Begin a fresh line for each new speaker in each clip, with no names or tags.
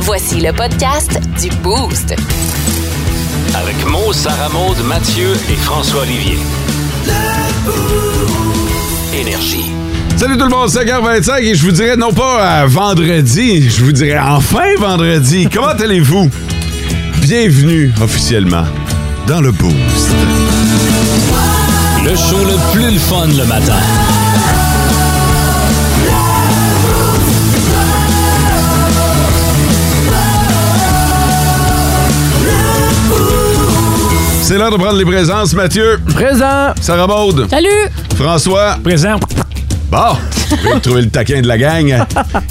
Voici le podcast du Boost.
Avec Mo, Sarah Maud, Mathieu et François Olivier. Énergie.
Salut tout le monde, c'est 5h25 et je vous dirais non pas euh, vendredi, je vous dirais enfin vendredi. Comment allez-vous? Bienvenue officiellement dans le Boost.
Le show le plus le fun le matin.
C'est l'heure de prendre les présences, Mathieu.
Présent.
Sarah Maud.
Salut.
François.
Présent.
Bon, vous pouvez trouver le taquin de la gang.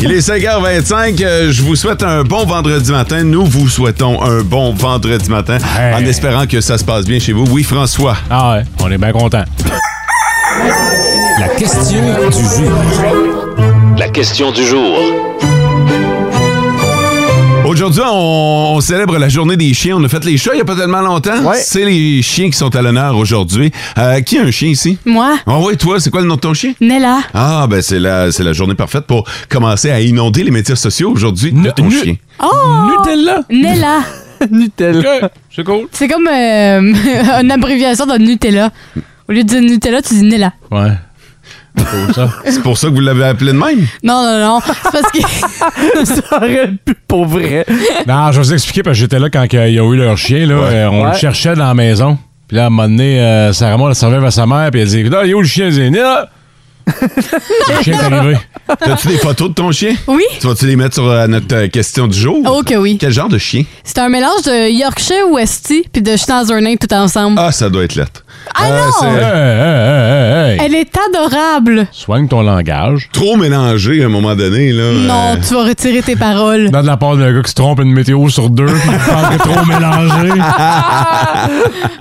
Il est 5h25. euh, Je vous souhaite un bon vendredi matin. Nous vous souhaitons un bon vendredi matin
Hey.
en espérant que ça se passe bien chez vous. Oui, François.
Ah ouais, on est bien content.
La question du jour.
La question du jour.
Aujourd'hui, on, on célèbre la journée des chiens. On a fait les chats il n'y a pas tellement longtemps.
Ouais.
C'est les chiens qui sont à l'honneur aujourd'hui. Euh, qui a un chien ici?
Moi,
Ah ouais, toi, c'est quoi le nom de ton chien?
Nella.
Ah, ben c'est la, c'est la journée parfaite pour commencer à inonder les médias sociaux aujourd'hui de
Ne-
ton
ne-
chien.
Oh!
Nutella.
Nella.
Nutella. C'est cool.
C'est comme euh, une abréviation de Nutella. Au lieu de dire Nutella, tu dis Nella.
Ouais. C'est cool ça.
C'est pour ça que vous l'avez appelé de même?
Non, non, non. C'est parce que.
Ça aurait pu pour vrai.
non, je vais vous expliquer parce que j'étais là quand il y a eu leur chien. Là, Euh, on
Ouais.
le cherchait dans la maison. Puis là, à un moment donné, euh, Sarah Maud, elle servait à sa mère. Puis elle dit Là, il est où le chien Elle dit Nella. Le chien est arrivé.
T'as-tu des photos de ton chien?
Oui?
Tu vas-tu les mettre sur euh, notre euh, question du jour?
Oh, que oui.
Quel genre de chien?
C'est un mélange de Yorkshire Westie puis de Schnauzer tout ensemble.
Ah, ça doit être lettre.
Ah
euh,
non!
c'est-
Hey, hey, hey, hey, hey.
Elle est adorable.
Soigne ton langage.
Trop mélangé à un moment donné, là.
Non, tu vas retirer tes paroles.
Dans de la part d'un gars qui se trompe une météo sur deux, puis il pense que trop mélangé.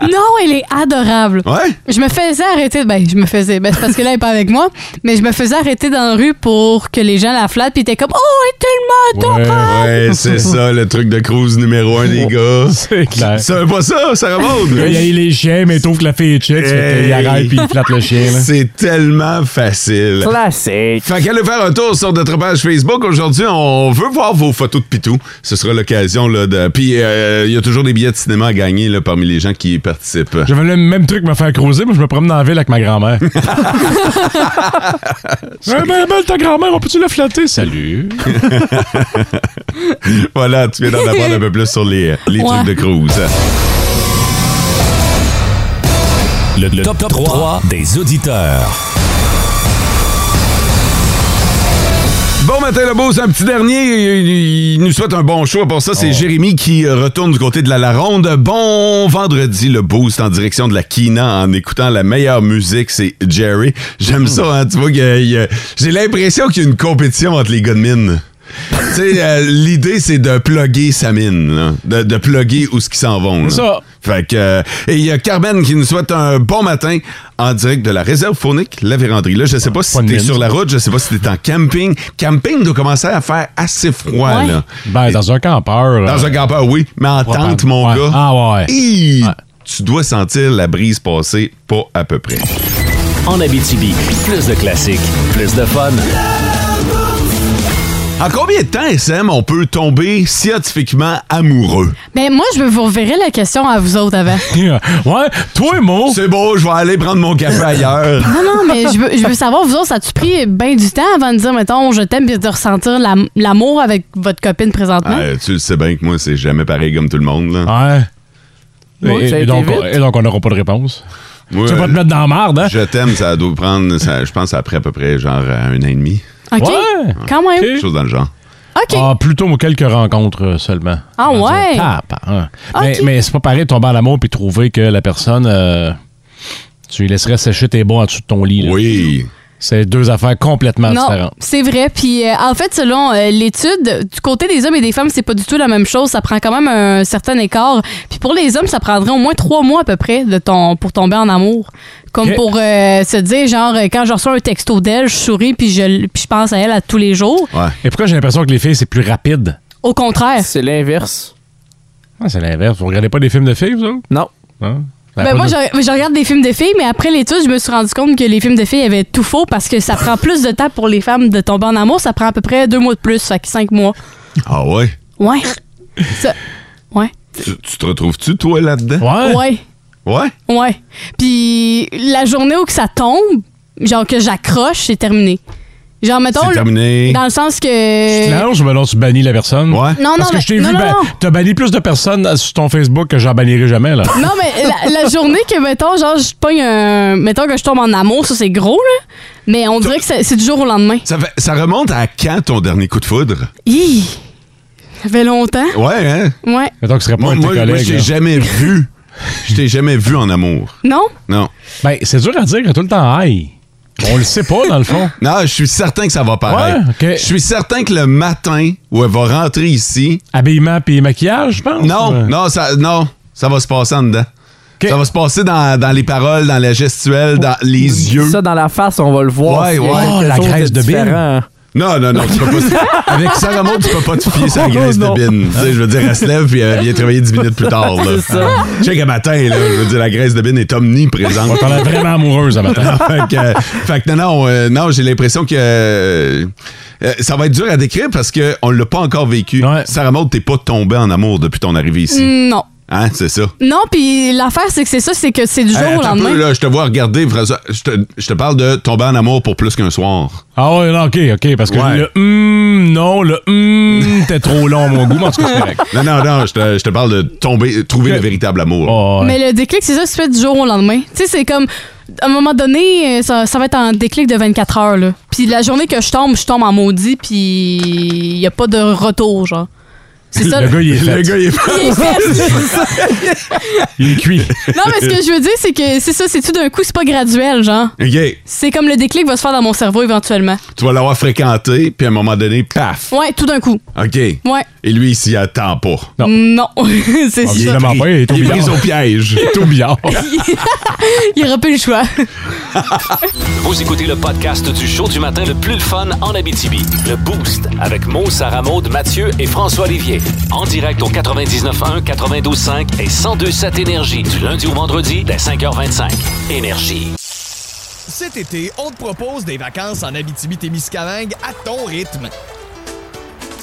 Non, elle est adorable.
Euh, Ouais?
Je me faisais arrêter. Ben, je me faisais. Ben, c'est parce que là, elle est pas avec moi. Mais je me faisais arrêter dans la rue pour que les gens la flattent. Puis ils étaient comme Oh, elle est tellement
Ouais,
adorable.
Ouais, c'est ça, le truc de cruise numéro un des gars.
C'est clair.
C'est pas ça, ça remonte.
Là, il y a eu les chiens, mais il trouve que la fille est chic. fait que Il
Hey.
arrête puis il flatte le chien. là.
C'est tellement facile.
Classique.
Fait qu'allez faire un tour sur notre page Facebook. Aujourd'hui, on veut voir vos photos de Pitou. Ce sera l'occasion. là de. Puis, euh, il y a toujours des billets de cinéma à gagner là, parmi les gens qui y participent.
J'avais le même truc, me faire croiser, mais je me promène dans la ville avec ma grand-mère. Ouais, ben, ben, ta grand-mère, on peut-tu la flatter? Salut.
Voilà, tu viens d'en apprendre un peu plus sur les, les
Ouais.
trucs de cruise.
Le, top, 3, des auditeurs.
Bon matin, le beau, c'est un petit dernier. Il, il nous souhaite un bon show. Pour ça, c'est Jérémy qui euh, retourne du côté de la Laronde. Bon vendredi, le boost en direction de la Kina en écoutant la meilleure musique, c'est Jerry. J'aime ça, hein, tu vois. qu'il y a- il y a- J'ai l'impression qu'il y a une compétition entre les gars de mine. tu sais, euh, l'idée, c'est de plugger sa mine, là. de, de plugger où ce qu'ils s'en vont. là.
ça.
Fait que, euh, et il y a Carmen qui nous souhaite un bon matin en direct de la réserve faunique, la véranderie. Là, je sais pas si
Ah, pas de
t'es
mine.
sur la route, je sais pas si t'es en camping. Camping doit commencer à faire assez froid,
Ouais.
là.
Ben, dans un campeur. là.
Dans un campeur, oui, mais en
Probable.
tente, mon
Ouais.
gars.
Ah ouais.
Hi! Tu dois sentir la brise passer, pas à peu près.
En Abitibi, plus de classiques, plus de fun.
En combien de temps, SM, on peut tomber scientifiquement amoureux?
Ben, moi, je vais vous reverrai la question à vous autres avant.
ouais, toi, Mo.
C'est beau, je vais aller prendre mon café ailleurs.
Non, non, mais je veux, je veux savoir, vous autres, ça a-tu pris bien du temps avant de dire, mettons, je t'aime puis de ressentir l'am- l'amour avec votre copine présentement?
Ah, tu le sais bien que moi, c'est jamais pareil comme tout le monde. Là.
Ouais.
Mo,
et,
ça a
et
été
donc,
vite.
et donc, on n'aura pas de réponse.
Ouais.
Tu vas pas te mettre dans la marde, hein?
Je t'aime, ça doit prendre, ça- je pense, après à peu près genre un an et demi,
OK.
Ouais.
Quand même.
Ok.
quelque chose dans le genre.
OK.
Ah, plutôt aux quelques rencontres euh, seulement.
Ah
On va
ouais?
dire, tap, hein. Mais,
Ok.
mais c'est pas pareil de tomber en amour puis trouver que la personne, euh, tu lui laisserais sécher tes bas en dessous de ton lit. là.
Oui.
C'est deux affaires complètement
Non,
différentes.
c'est vrai. Puis euh, en fait, selon euh, l'étude, du côté des hommes et des femmes, c'est pas du tout la même chose. Ça prend quand même un certain écart. Puis pour les hommes, ça prendrait au moins trois mois à peu près de ton, pour tomber en amour. Comme
Ok.
pour euh, se dire, genre, euh, quand je reçois un texto d'elle, je souris puis je, l- puis je pense à elle à tous les jours.
Ouais.
Et pourquoi j'ai l'impression que les filles, c'est plus rapide?
Au contraire.
C'est l'inverse.
Ah, c'est l'inverse. Vous regardez pas des films de filles, vous autres?
Non.
Non?
Ben, moi, je, je regarde des films de filles, mais après l'étude, je me suis rendu compte que les films de filles avaient tout faux parce que ça prend plus de temps pour les femmes de tomber en amour. Ça prend à peu près deux mois de plus, ça fait que cinq mois.
Ah ouais?
Ouais. Ça- ouais.
Tu, tu te retrouves-tu, toi, là-dedans?
Ouais.
Ouais.
Ouais?
Ouais. Puis la journée où que ça tombe, genre que j'accroche, c'est terminé. Genre, mettons,
C'est terminé.
dans le sens
Tu te
que...
lances ou ben non, tu bannis la personne?
Ouais.
Non, non,
Parce que
mais-
je t'ai
non,
vu,
non,
ben,
non.
t'as banni plus de personnes sur ton Facebook que j'en bannirai jamais, là.
Non, mais la, la journée que, mettons, genre, je pogne un... Mettons que je tombe en amour, ça, c'est gros, là. Mais on dirait que c'est c'est du jour au lendemain.
Ça, fait- ça remonte à quand ton dernier coup de foudre?
Hi! Ça fait longtemps.
Ouais, hein?
Ouais.
Mettons que ce serait pas
Moi,
un de tes
moi, moi,
collègues.
je
là.
t'ai jamais vu. Je t'ai jamais vu en amour.
Non?
Non.
Ben, c'est dur à dire que tout le temps aïe. On le sait pas, dans le fond.
Non, je suis certain que ça va pareil.
Ouais, ok.
Je suis certain que le matin où elle va rentrer ici,
Habillement puis maquillage, je pense.
non,
Ouais.
non, ça, non, ça va se passer en dedans.
Ok.
Ça va se passer dans, dans les paroles, dans la gestuelle, dans les yeux.
Ça, dans la face, on va le voir.
Ouais,
s'il y a
ouais.
quelque
Oh, la
chose
graisse de bine.
différent.
Non, non, non, tu peux pas. Avec Sarah Maud, tu peux pas te fier sur la graisse
Oh,
de
non.
bine. Tu sais, je veux dire, elle se lève puis euh, elle vient travailler 10 minutes plus tard. là.
C'est ça.
Check à matin, là. Je veux dire, la graisse de bine est omniprésente.
On est vraiment amoureuse à matin.
fait, que, fait que non, non, euh, non j'ai l'impression que euh, euh, ça va être dur à décrire parce qu'on ne l'a pas encore vécu.
Ouais.
Sarah Maud, t'es pas tombée en amour depuis ton arrivée ici.
Mm, Non.
Hein, c'est ça?
Non, puis l'affaire, c'est que c'est ça, c'est que c'est du jour
Hey,
au
attends un peu,
lendemain.
là, je te vois regarder, François. Je te, je te parle de tomber en amour pour plus qu'un soir.
Ah ouais, non, ok, ok, parce que
Ouais.
le hum, non, le hum, t'es trop long, mon goût, mais en tout cas, c'est correct.
Non, non, non, je te, je te parle de tomber, trouver
Que-
le véritable amour.
Ah ouais.
Mais le déclic, c'est ça, se fait du jour au lendemain. Tu sais, c'est comme, à un moment donné, euh, ça, ça va être un déclic de 24 heures, là. Puis la journée que je tombe, je tombe en maudit, puis il n'y a pas de retour, genre. C'est ça.
Le gars, il est
Le
fait.
gars, il est
Il est fait.
Il est cuit.
non, mais ce que je veux dire, c'est que c'est ça, c'est tout d'un coup, c'est pas graduel, genre.
OK,
C'est comme le déclic va se faire dans mon cerveau éventuellement.
tu vas l'avoir fréquenté, puis à un moment donné, paf!
Ouais, tout d'un coup.
OK.
Ouais.
Et lui, il s'y attend pas.
Non.
Non, c'est
Ah,
ça.
Évidemment pas, il est au
Il est
billard.
pris au piège.
Il est au billard.
Il aura plus le choix.
Vous écoutez le podcast du show du matin le plus le fun en Abitibi. Le Boost avec Mo, Sarah Maud, Mathieu et François Olivier. En direct au 99.1, 92.5 et 102.7 Énergie du lundi au vendredi dès 5h25. Énergie.
Cet été, on te propose des vacances en Abitibi-Témiscamingue à ton rythme.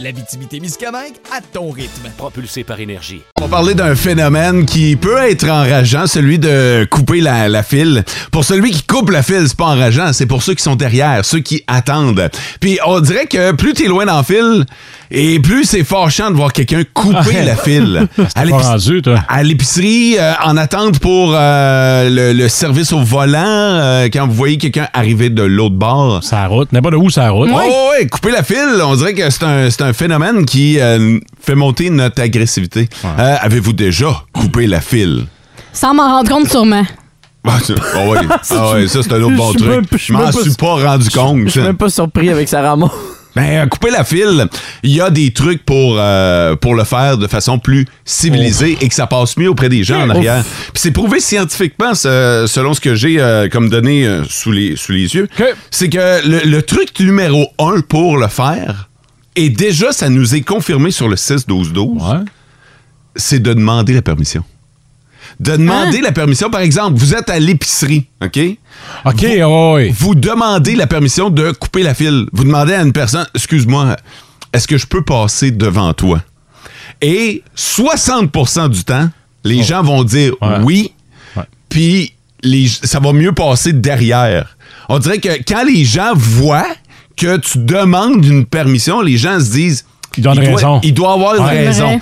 L'Abitibi-Témiscamingue à ton rythme.
Propulsé par Énergie.
On va parler d'un phénomène qui peut être enrageant, celui de couper la, la file. Pour celui qui coupe la file, c'est pas enrageant, c'est pour ceux qui sont derrière, ceux qui attendent. Puis on dirait que plus t'es loin dans la file, et plus c'est fâchant de voir quelqu'un couper la file. À
T'es pas
l'épic-
rendu, toi.
à l'épicerie, euh, en attente pour euh, le, le service au volant, euh, quand vous voyez quelqu'un arriver de l'autre bord,
Ça route. N'importe où, ça route.
Ouais, ouais, ouais, couper la file, on dirait que c'est un, c'est un phénomène qui euh, fait monter notre agressivité. Euh, Avez-vous déjà coupé la file?
Sans m'en rendre compte, sûrement.
Ah tu- ah ouais, ah ouais, ça c'est un autre
Je
bon
suis même-
truc.
je
Je
suis
m'en
même pas
suis pas rendu compte. hein.
Je suis même pas surpris avec Sarah Maud.
Ben, euh, couper la file, il y a des trucs pour, euh, pour le faire de façon plus civilisée et que ça passe mieux auprès des gens en arrière. Puis c'est prouvé scientifiquement, ce- selon ce que j'ai euh, comme données euh, sous, les, sous les yeux,
OK.
c'est que le, le truc numéro un pour le faire, et déjà ça nous est confirmé sur le 6-12-12,
Ouais.
c'est de demander la permission. De demander la permission, par exemple, vous êtes à l'épicerie, OK?
OK, ouais, ouais.
vous demandez la permission de couper la file. Vous demandez à une personne, excuse-moi, est-ce que je peux passer devant toi? Et 60 du temps, les gens vont dire
Oh. Ouais.
oui,
Ouais.
puis les- ça va mieux passer derrière. On dirait que quand les gens voient que tu demandes une permission, les gens se disent...
Il donne
doit,
raison.
Il doit avoir
Ouais.
C'est
raison.
vrai.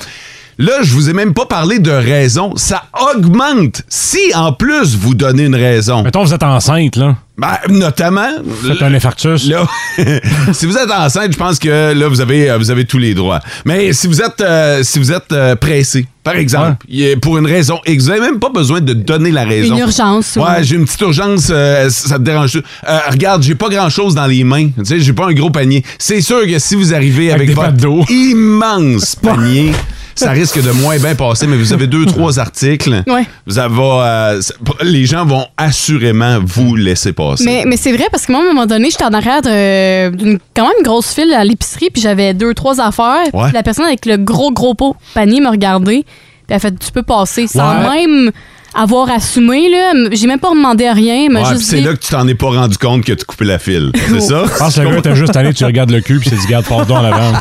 Là, je vous ai même pas parlé de raison. Ça augmente si, en plus, vous donnez une raison.
Mettons, vous êtes enceinte, là.
Ben, notamment,
Faites un infarctus.
Là, si vous êtes enceinte, je pense que là, vous avez, euh, vous avez tous les droits. Mais si vous êtes, euh, si vous êtes euh, pressé, par exemple, il y a- pour une raison, et que vous n'avez même pas besoin de donner la raison.
Une urgence,
Ouais,
ouais.
j'ai une petite urgence, euh, ça te dérange. Euh, regarde, j'ai pas grand-chose dans les mains. Tu sais, j'ai pas un gros panier. C'est sûr que si vous arrivez
Avec
avec,
des pattes d'eau.
votre immense panier, ça risque de moins bien passer, mais vous avez deux, trois articles.
Ouais.
Vous avez, euh, ça- les gens vont assurément vous laisser passer.
Mais, mais c'est vrai parce que moi, à un moment donné, j'étais en arrière de- d'une quand même une grosse file à l'épicerie, puis j'avais deux, trois affaires.
Ouais.
Puis la personne avec le gros, gros pot panier m'a regardé, puis elle a fait Tu peux passer sans
Ouais.
même avoir assumé, là. M- J'ai même pas demandé à rien, elle m'a
Ouais, puis
juste
c'est
dit.
là que tu t'en es pas rendu compte que tu coupais la file. C'est ça?
Je pense que le gars était juste allé, tu regardes le cul, puis c'est du garde passe en avant.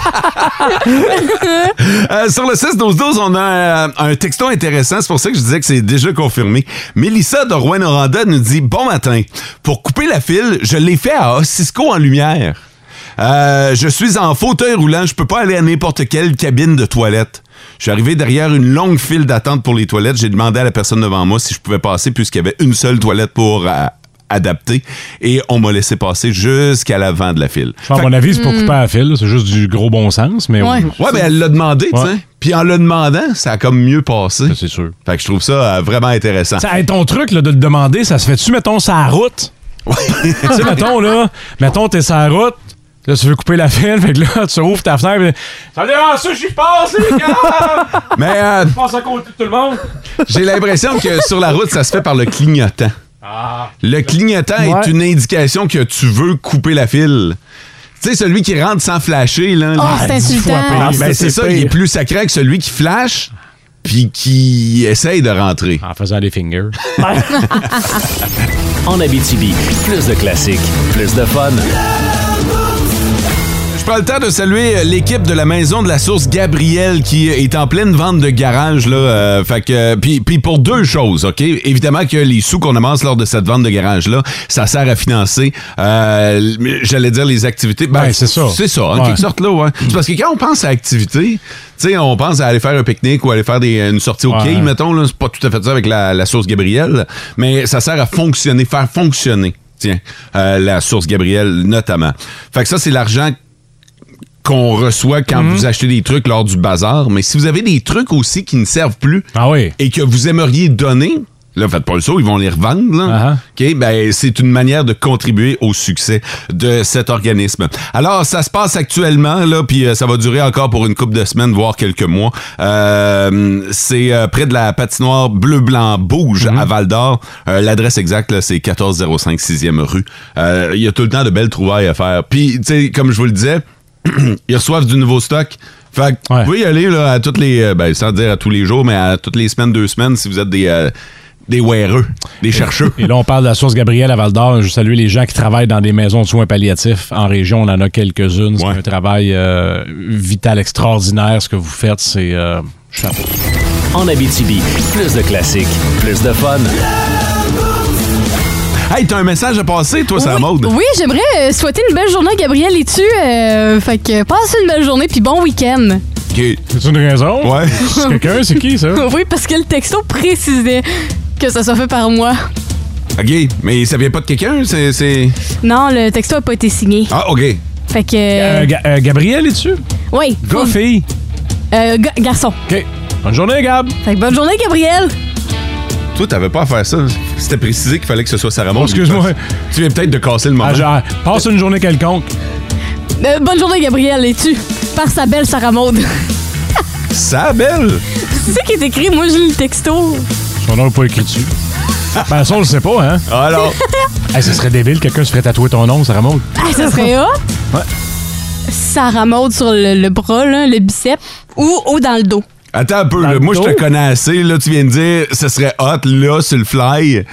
Euh, sur le 6-12-12, on a euh, un texto intéressant. C'est pour ça que je disais que c'est déjà confirmé. Mélissa de Rouen-Oranda nous dit Bon matin. Pour couper la file, je l'ai fait à Ossisco en lumière. Euh, je suis en fauteuil roulant. Je peux pas aller à n'importe quelle cabine de toilette. Je suis arrivé derrière une longue file d'attente pour les toilettes. J'ai demandé à la personne devant moi si je pouvais passer puisqu'il y avait une seule toilette pour euh, adapter. Et on m'a laissé passer jusqu'à l'avant de la file.
Enfin, à
Fait
mon avis, c'est pas coupé à la file, là, c'est juste du gros bon sens, mais.
Ouais.
Hmm. Ouais, mais elle l'a demandé, tu
Ouais.
sais. Puis en le demandant, ça a comme mieux passé.
Ça, C'est sûr.
Fait que je trouve ça euh, vraiment intéressant.
Ça, hey, ton truc là, de le demander, ça se fait-tu, mettons, sur la route? tu sais, mettons, là, mettons, t'es sur la route, là, tu veux couper la file, fait que là, tu ouvres ta fenêtre, pis, ça dérange ça, j'y passe, les gars!
Mais euh,
Je passe à côté de tout le monde!
j'ai l'impression que sur la route, ça se fait par le clignotant.
Ah.
Le clignotant est
Ouais.
une indication que tu veux couper la file. Tu sais, celui qui rentre sans flasher, là.
Oh,
là,
c'est
dix fois
insultant.
pire.
Ah,
Ben,
ça,
c'est
c'est
ça,
pire.
il est plus sacré que celui qui flash puis qui essaye de rentrer.
En faisant des fingers.
En Abitibi, plus de classiques, plus de fun.
Je prends le temps de saluer euh, l'équipe de la maison de la source Gabriel qui est en pleine vente de garage là. euh, fait que puis puis pour deux choses, ok. Évidemment que les sous qu'on amasse lors de cette vente de garage là, ça sert à financer. euh, J'allais dire les activités. Ben,
Ouais, c'est ça.
C'est ça. En
Ouais.
quelque sorte là. ouais. C'est parce que quand on pense à activité, tu sais, on pense à aller faire un pique-nique ou aller faire des- une sortie au
Ouais.
quai, mettons là. C'est pas tout à fait ça avec la, la source Gabriel, mais ça sert à fonctionner, faire fonctionner. Tiens, euh, la source Gabriel notamment. Fait que ça, c'est l'argent qu'on reçoit quand
Mhm.
vous achetez des trucs lors du bazar, mais si vous avez des trucs aussi qui ne servent plus
Ah oui.
et que vous aimeriez donner, là, faites pas le saut, ils vont les revendre.
Ah
Là. OK? Ben, c'est une manière de contribuer au succès de cet organisme. Alors, ça se passe actuellement, là, puis euh, ça va durer encore pour une couple de semaines, voire quelques mois. Euh, c'est euh, près de la patinoire bleu-blanc-bouge
Mhm.
à Val-d'Or. Euh, L'adresse exacte, là, c'est 1405 6e rue. Euh, Il y a tout le temps de belles trouvailles à faire. Puis, tu sais, comme je vous le disais, ils reçoivent du nouveau stock. Fait que
Ouais.
vous pouvez y aller là, à toutes les. euh, ben, sans dire à tous les jours, mais à toutes les semaines, deux semaines, si vous êtes des, euh, des weareux, des chercheurs.
Et là, on parle de la source Gabriel à Val d'Or. Je salue les gens qui travaillent dans des maisons de soins palliatifs. En région, on en a quelques-unes. C'est
Ouais.
un travail euh, vital, extraordinaire. Ce que vous faites, c'est euh, chapeau.
En Abitibi, plus de classiques, plus de fun.
Hey, t'as un message à passer, toi, ça
oui,
mode.
oui, j'aimerais euh, souhaiter une belle journée à Gabriel et tu. euh, fait que passe une belle journée puis bon week-end.
OK.
C'est une raison?
Ouais.
C'est quelqu'un? C'est qui, ça?
oui, parce que le texto précisait que ça soit fait par moi.
OK. Mais ça vient pas de quelqu'un, c'est. c'est-
Non, le texto a pas été signé.
Ah, OK.
Fait que.
Euh,
euh,
Ga- euh, Gabriel, es-tu?
oui.
Gars, fille.
Euh, ga- garçon.
OK. Bonne journée, Gab.
Fait que bonne journée, Gabriel.
Toi, t'avais pas à faire ça. C'était précisé qu'il fallait que ce soit Sarah Maud.
Oh, excuse-moi.
Tu viens peut-être de casser le moment.
Ah, genre, passe une journée quelconque.
Euh, bonne journée, Gabriel, et tu par sa belle Sarah Maud.
Ça, belle.
C'est ça qui est écrit, moi je lis le texto.
Son nom n'est pas écrit dessus. Ben, ça, on le sait pas, hein?
Ah, Alors,
Hey, ce serait débile, quelqu'un se ferait tatouer ton nom, Sarah Maud.
Ah, ça serait hot.
Ouais.
Sarah Maud sur le, le bras, là, le bicep, ou, ou dans le dos.
attends un peu. là.
le
Moi, je te
dos.
connais assez. Là, tu viens de dire, ce serait hot, là, sur le fly.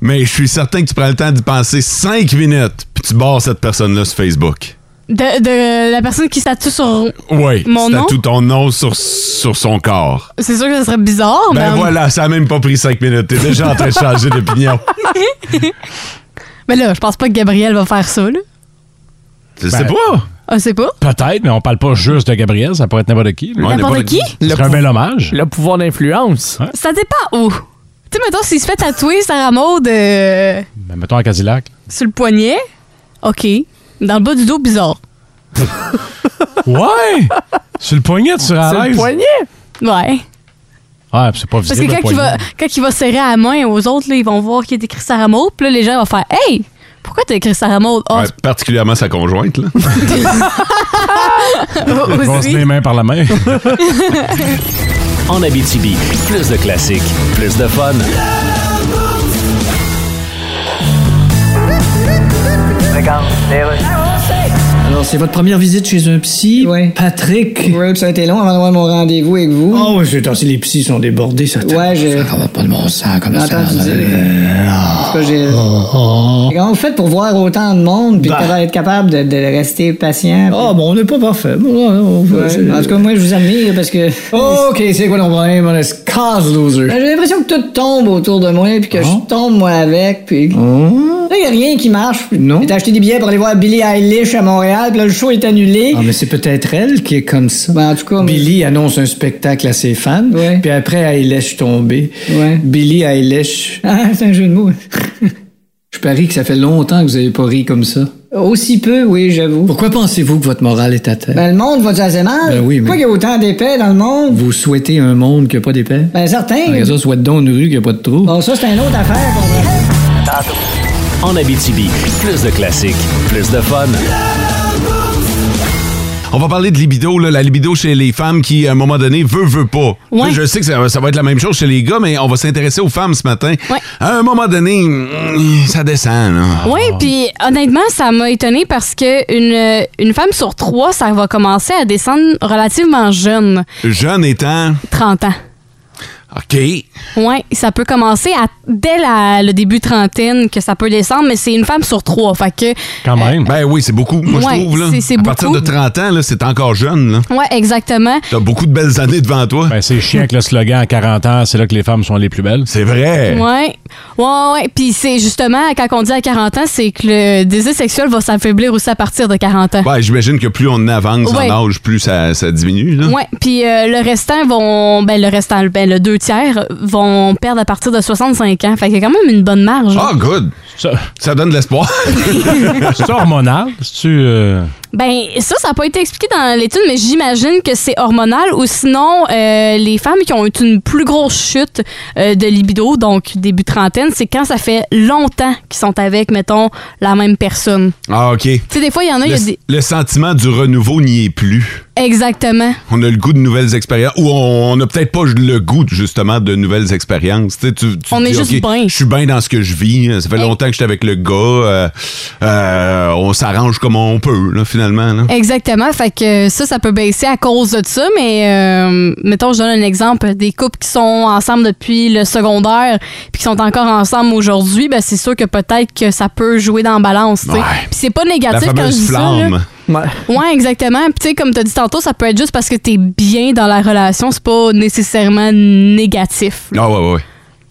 Mais je suis certain que tu prends le temps d'y penser cinq minutes, puis tu barres cette personne-là sur Facebook.
De, de la personne qui statue sur.
Oui,
Mon nom?
tout ton nom sur, sur son corps.
C'est sûr que ça serait bizarre,
Ben
mais.
voilà, ça a même pas pris cinq minutes. T'es déjà en train de changer d'opinion.
Mais là, je pense pas que Gabriel va faire ça, là.
Je
Ben,
sais pas.
Ah, c'est pas?
Peut-être, mais on parle pas juste de Gabriel, ça pourrait être n'importe qui. là.
Ouais,
N'importe
n'importe
qui?
Ce serait un bel hommage.
Le pouvoir d'influence.
Ouais.
Ça dépend où. Tu sais, mettons, s'il se fait tatouer Sarah Maud euh,
Ben, mettons à Cadillac.
sur le poignet, OK. Dans le bas du dos, bizarre.
Ouais! Sur le poignet, tu seras
C'est
à
le
l'aise. Ouais,
poignet.
Ouais.
puis c'est pas
Parce
visible.
que quand
le
il, va, quand il va serrer la main aux autres, là, ils vont voir qu'il est écrit Sarah Maud. Puis là, les gens vont faire Hey, pourquoi t'as écrit Sarah Maud? Ah,
Ouais, particulièrement sa conjointe, là.
poignet. Ils vont se
aussi.
mettre les mains par la main.
En Abitibi, plus de classiques, plus de fun.
Alors, c'est votre première visite chez un psy,
Ouais.
Patrick.
Ouais, puis ça a été long avant d'avoir mon rendez-vous avec vous.
Oh, ouais, c'est si les psys sont débordés, ça tape.
Ouais, je-
Ça va pas de bon sens comme ça.
J'entends ce que tu dis.
Euh,
En tout cas, j'ai-
Oh,
Comment vous faites pour voir autant de monde puis
Bah.
de être capable de, de rester patient? puis-
Oh, bon, on n'est pas parfait. Bon, non, non, on- Oh, c'est-
Ouais. En tout cas, moi, je vous admire parce que.
oh.
OK, c'est quoi ton problème? On est cause loser.
Ben, J'ai l'impression que tout tombe autour de moi, puis que
Ah.
je tombe moi avec, puis. Là, y a rien qui marche.
Non.
J'ai acheté des billets pour aller voir Billie Eilish à Montréal, puis là, le show est annulé.
Ah, mais c'est peut-être elle qui est comme ça.
Ben, en tout cas, mais-
Billy annonce un spectacle à ses fans,
Ouais.
puis après, elle laisse tomber.
Ouais.
Billy, elle lèche.
Ah, c'est un jeu de mots.
Je parie que ça fait longtemps que vous avez pas ri comme ça.
Aussi peu, oui, j'avoue.
Pourquoi pensez-vous que votre morale est à terre?
Ben, le monde va-tu assez mal?
Ben oui, mais-
Pourquoi il y a autant d'épais dans le monde?
Vous souhaitez un monde qui n'a pas d'épais?
Ben, certain.
Après ça, souhaite donc une rue qui n'a pas de trou.
Bon, ça, c'est une autre affaire. qu'on-
En Abitibi, plus de classiques, plus de fun.
On va parler de libido, là, la libido chez les femmes qui, à un moment donné, veut, veut pas.
Ouais.
Je sais que ça, ça va être la même chose chez les gars, mais on va s'intéresser aux femmes ce matin.
Ouais.
À un moment donné, mm, ça descend. là.
Oui, puis honnêtement, ça m'a étonné parce que une, une femme sur trois, ça va commencer à descendre relativement jeune,
Jeune étant,
30 ans.
OK,
Oui, ça peut commencer à, dès la- le début trentaine que ça peut descendre, mais c'est une femme sur trois. Fait que,
Quand même.
ben oui, c'est beaucoup, moi
Ouais,
je trouve. Là.
c'est- c'est
à partir
beaucoup.
de 30 ans, là, c'est encore jeune. Là.
ouais, exactement.
T'as beaucoup de belles années devant toi.
Ben, c'est chiant que le slogan à 40 ans, c'est là que les femmes sont les plus belles.
c'est vrai.
Ouais. Ouais, ouais. Puis c'est justement, quand on dit à 40 ans, c'est que le désir sexuel va s'affaiblir aussi à partir de 40 ans.
Ouais, j'imagine que plus on avance
Ouais.
en âge, plus ça, ça diminue. Là.
Ouais, puis euh, le restant vont ben le restant ben le deux tiers vont perdre à partir de 65 ans. Fait qu'il y a quand même une bonne marge.
Ah, good.
Ça-
Ça donne de l'espoir.
C'est hormonal? C'est-tu. euh,
Ben ça ça n'a pas été expliqué dans l'étude mais j'imagine que c'est hormonal ou sinon euh, les femmes qui ont eu une plus grosse chute euh, de libido donc début trentaine, c'est quand ça fait longtemps qu'ils sont avec mettons la même personne.
ah, OK.
Tu sais des fois il y en a, il y a
Le,
des...
le sentiment du renouveau n'y est plus.
exactement.
on a le goût de nouvelles expériences ou on on a peut-être pas le goût justement de nouvelles expériences. Tu sais, tu- tu
On
te
est
dis,
juste
OK,
bien.
Je suis bien dans ce que je vis. hein. Ça fait
Hey.
longtemps que j'étais avec le gars. euh, euh, on s'arrange comme on peut là, finalement. là.
Exactement. Fait que euh, ça, ça peut baisser à cause de ça, mais euh, mettons, je donne un exemple. Des couples qui sont ensemble depuis le secondaire puis qui sont encore ensemble aujourd'hui, ben c'est sûr que peut-être que ça peut jouer dans la balance. tu sais.
Ouais.
Puis c'est pas
La
négatif quand je
fameuse
dis ça. là.
flamme.
Ouais.
Ouais, exactement. Puis tu sais, comme t'as dit tantôt, ça peut être juste parce que t'es bien dans la relation. C'est pas nécessairement négatif. là.
Ah ouais, ouais, ouais.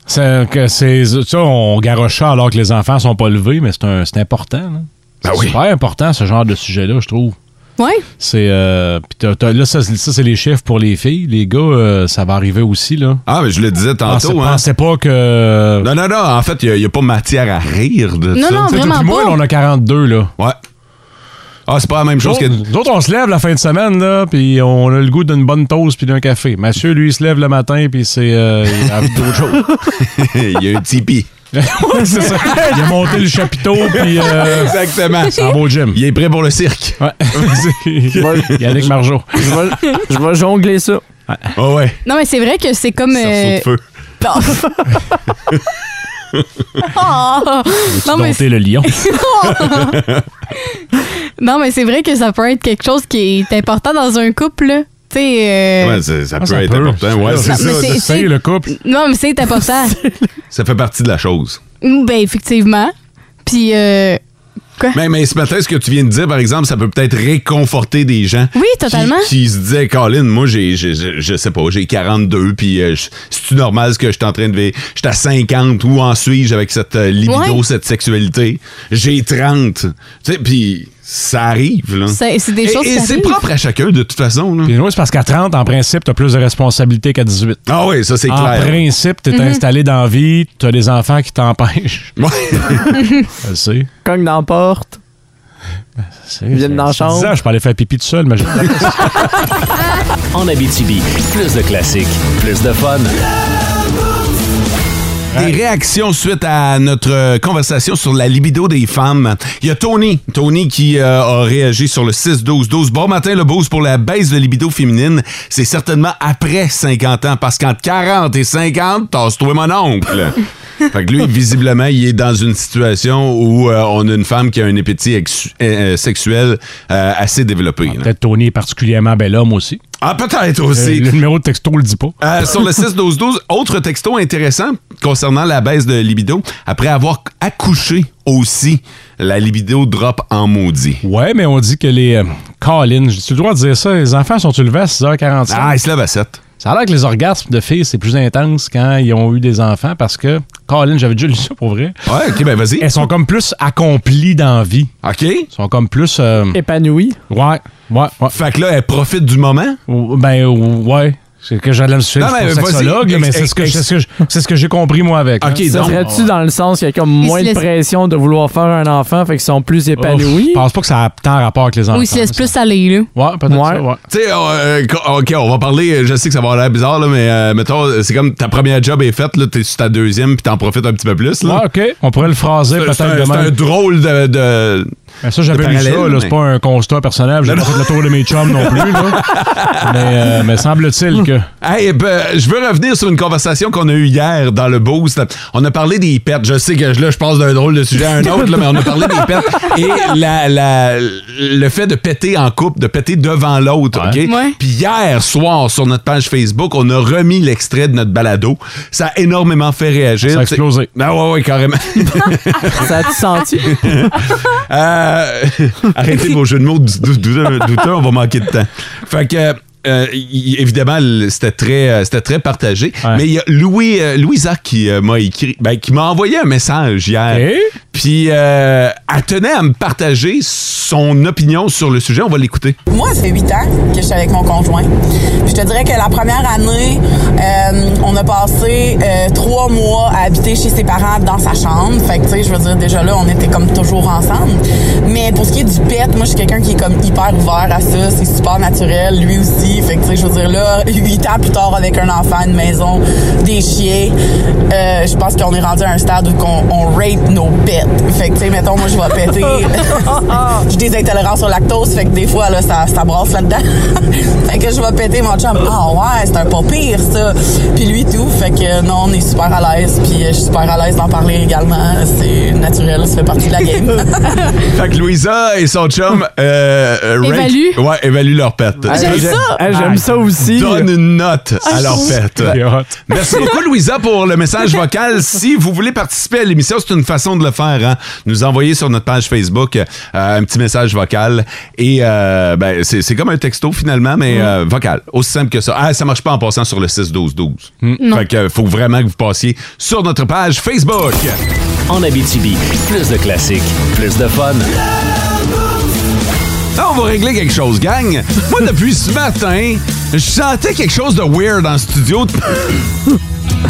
c'est- que c'est- ça, on garoche ça alors que les enfants sont pas levés, mais c'est un- c'est important. là. C'est
Ben oui.
super important, ce genre de sujet-là, je trouve.
Ouais.
C'est. euh, puis t'as- t'as- là, ça, c'est- ça, c'est les chiffres pour les filles. Les gars, euh, ça va arriver aussi, là.
Ah, mais je le disais
Pensez,
tantôt. Hein.
pensez pas que.
Non, non, non. En fait, il n'y a, pas matière à rire de
Non,
ça.
non,
Tu sais, toi
vraiment
puis moi,
pas.
là, on a 42, là.
Ouais. Ah, c'est pas la même chose que.
Nous autres, on se lève la fin de semaine, là, puis on a le goût d'une bonne toast puis d'un café. Mathieu, lui, il se lève le matin, puis c'est. euh, il a d'autres choses.
Il y a un tipi.
Oh. Ouais, c'est ça. Il a monté le chapiteau, puis. Euh,
Exactement.
il s'en va au gym.
Il est prêt pour le cirque.
Ouais. C'est- Yannick Margeau.
Je vais, je vais jongler ça.
Ah ouais.
Non, mais c'est vrai que c'est comme.
Cerceau de
euh,
feu.
Ah! non, mais
Dompter le lion.
Non, mais c'est vrai que ça peut être quelque chose qui est important dans un couple. là. Tu sais, euh,
Ouais, c'est- Ah, ça peut
Ah, ça
être
peut.
important. Ouais, c'est
Mais
ça.
c'est-
C'est le couple.
Non, mais c'est important.
Ça fait partie de la chose.
ben, effectivement. Puis, euh,
Mais, mais ce matin, ce que tu viens de dire, par exemple, ça peut peut-être réconforter des gens.
Oui, totalement.
Qui, qui se disaient, Colin, moi, j'ai, j'ai- j'ai- je sais pas, j'ai 42, puis euh, je- c'est-tu normal ce que je suis en train de vivre? Je suis à 50, où en suis-je avec cette euh, libido,
Ouais.
cette sexualité? J'ai 30. Tu sais, puis ça arrive. là.
C'est- c'est des
Et-
choses
Et
qui
c'est
arrivent.
propre à chacun, de toute façon. là.
Puis nous, c'est parce qu'à 30, en principe, t'as plus de responsabilités qu'à 18.
Ah oui, ça, c'est
En
clair.
principe, t'es
Mhm.
installé dans la vie, t'as des enfants qui t'empêchent. Je le sais.
Cogne dans la porte.
Ils
viennent dans la chambre.
Je parlais faire pipi tout seul, mais j'ai-
En Abitibi, plus de classiques, plus de fun.
Des réactions suite à notre euh, conversation sur la libido des femmes. Il y a Tony, Tony qui euh, a réagi sur le 6-12-12. Bon matin, le boost pour la baisse de libido féminine. C'est certainement après 50 ans, parce qu'entre 40 et 50, tasse-toi mon oncle. fait que lui, visiblement, il est dans une situation où euh, on a une femme qui a un appétit ex- euh, sexuel euh, assez développé. là.
Ah, peut-être Tony est particulièrement bel homme aussi.
Ah, peut-être aussi.
Euh, le numéro de texto le dit pas.
Euh, sur le 6-12-12, autre texto intéressant concernant la baisse de libido. Après avoir accouché aussi, la libido drop en maudit.
Ouais, mais on dit que les. Euh, Colin, j'ai-tu le droit de dire ça? Les enfants sont-tu levés à 6h45?
Ah, il se lève à 7.
Ça a l'air que les orgasmes de filles, c'est plus intense quand ils ont eu des enfants parce que, Colin, j'avais déjà lu ça pour vrai.
Ouais, ok, ben vas-y.
Elles sont comme plus accomplies dans la vie.
Ok.
Elles sont comme plus. euh,
Épanoui.
ouais, ouais, ouais.
Fait que là, elle profite du moment.
Ou- Ben, ou- ouais. C'est que j'ai de la je suis
Non,
pas
mais vas-y.
sexologue, là, mais
Ex-
c'est ce que,
ex-
c'est ce que, je- c'est ce que j'ai compris, moi, avec.
Ok,
hein.
Ça
donc.
serait-tu dans le sens qu'il y a comme
Ils
moins
se
de
laissent-
pression de vouloir faire un enfant, fait qu'ils sont plus
Ouf,
épanouis?
Oh, Je pense pas que ça a tant rapport avec les enfants.
Ou ils se laissent
ça.
plus aller, là.
Ouais, peut-être
Ouais.
ça, ouais.
Tu sais, on, euh, co- ok, on va parler, euh, je sais que ça va avoir l'air bizarre, là, mais euh, mettons, c'est comme ta première job est faite, là, t'es sur ta deuxième, puis t'en profites un petit peu plus,
Ouais,
là.
Ah, ok. On pourrait le phraser
C'est-
peut-être
c'est un, c'est
demain.
un drôle de. de-
Mais ça, j'avais
de
lu ça,
parallèle,
là,
mais-
c'est pas un constat personnel. J'ai pas fait le tour de mes chums non plus, là. mais, euh, mais semble-t-il que.
Hey, ben, je veux revenir sur une conversation qu'on a eue hier dans le Boost. On a parlé des pets. Je sais que là, je passe d'un drôle de sujet à un autre, là, mais on a parlé des pets. Et la- la- le fait de péter en couple, de péter devant l'autre,
Ouais.
OK?
Ouais.
Puis hier soir, sur notre page Facebook, on a remis l'extrait de notre balado. Ça a énormément fait réagir.
Ça a explosé.
C'est- Ah ouais, ouais, carrément.
Ça a-tu senti?
Euh, arrêtez vos jeux de mots dou- dou- douteux, douteux, on va manquer de temps. Fait que. euh, y- évidemment, le- c'était très, euh, c'était très partagé.
Ouais.
Mais il y a Louis, euh, Louis Arc qui euh, m'a écrit, ben, qui m'a envoyé un message hier.
Eh?
Puis euh, elle tenait à me partager son opinion sur le sujet. On va l'écouter.
Moi, ça fait huit ans que je suis avec mon conjoint. Je te dirais que la première année, euh, on a passé euh, trois mois à habiter chez ses parents dans sa chambre. Fait que, tu sais, je veux dire, déjà là, on était comme toujours ensemble. Mais pour ce qui est du pet, moi, je suis quelqu'un qui est comme hyper ouvert à ça. C'est super naturel, lui aussi. Fait que, tu sais, je veux dire, là, huit ans plus tard, avec un enfant, une maison, des chiens, euh, je pense qu'on est rendu à un stade où qu'on- on, rate nos pets. Fait que, tu sais, mettons, moi, je vais péter. J'ai des intolérances au lactose, fait que des fois, là, ça, ça brasse là-dedans. fait que je vais péter mon chum. Ah ouais, c'est un pas pire, ça. Puis lui, tout. Fait que non, on est super à l'aise. Puis euh, je suis super à l'aise d'en parler également. C'est naturel, ça fait partie de la game.
Fait que Louisa et son chum euh, euh, Ray-
Évalue.
ouais, évaluent leur pet.
Hey, j'ai- hey, Ah, J'aime ça Ah, aussi.
Donne une note à leur pet.
C'est hot.
Merci beaucoup, Louisa, pour le message vocal. Si vous voulez participer à l'émission, c'est une façon de le faire. hein. Nous envoyer sur notre page Facebook euh, un petit message vocal. Et euh, ben, c'est c'est comme un texto, finalement, mais euh, vocal. Aussi simple que ça. Ah, ça marche pas en passant sur le 6-12-12. Fait que euh, faut vraiment que vous passiez sur notre page Facebook.
En Abitibi, plus de classiques, plus de fun.
Là, Ah, on va régler quelque chose, gang. Moi, depuis ce matin, je sentais quelque chose de weird en studio.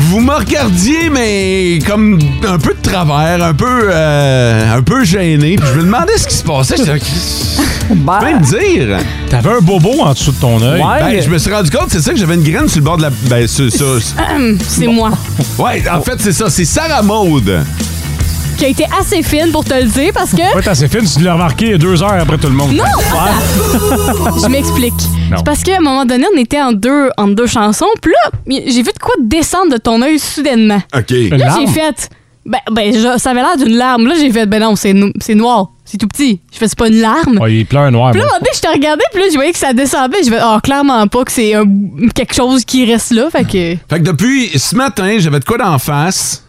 Vous me regardiez, mais comme un peu de travers, un peu, euh, un peu gêné. Puis je me demandais ce qui se passait. J'étais, Qu'est-ce que tu
Ben,
peux me dire?
T'avais un bobo en dessous de ton œil.
Ouais.
Ben, je me suis rendu compte, c'est ça, que j'avais une graine sur le bord de la... Ben, c'est ça.
C'est moi.
Ouais, en fait, c'est ça. C'est Sarah Maude.
Qui a été assez fine pour te le dire parce que.
Ouais, t'as assez fine, tu l'as remarqué deux heures après tout le monde.
Non! Je m'explique.
Non.
C'est parce qu'à un moment donné, on était en deux, en deux chansons. Puis là, j'ai vu de quoi descendre de ton œil soudainement.
OK.
Une
Là,
larme?
j'ai fait. Ben, ben je- ça avait l'air d'une larme. Là, j'ai fait. Ben non, c'est no- c'est noir. C'est tout petit. Je fais, c'est pas une larme.
Ouais, Ah, il pleure noir.
Puis là,
moi.
un moment donné, je te regardais, puis là, je voyais que ça descendait. Je vais, ah, clairement pas que c'est un- quelque chose qui reste là. Fait que.
Fait que depuis ce matin, j'avais de quoi d'en face.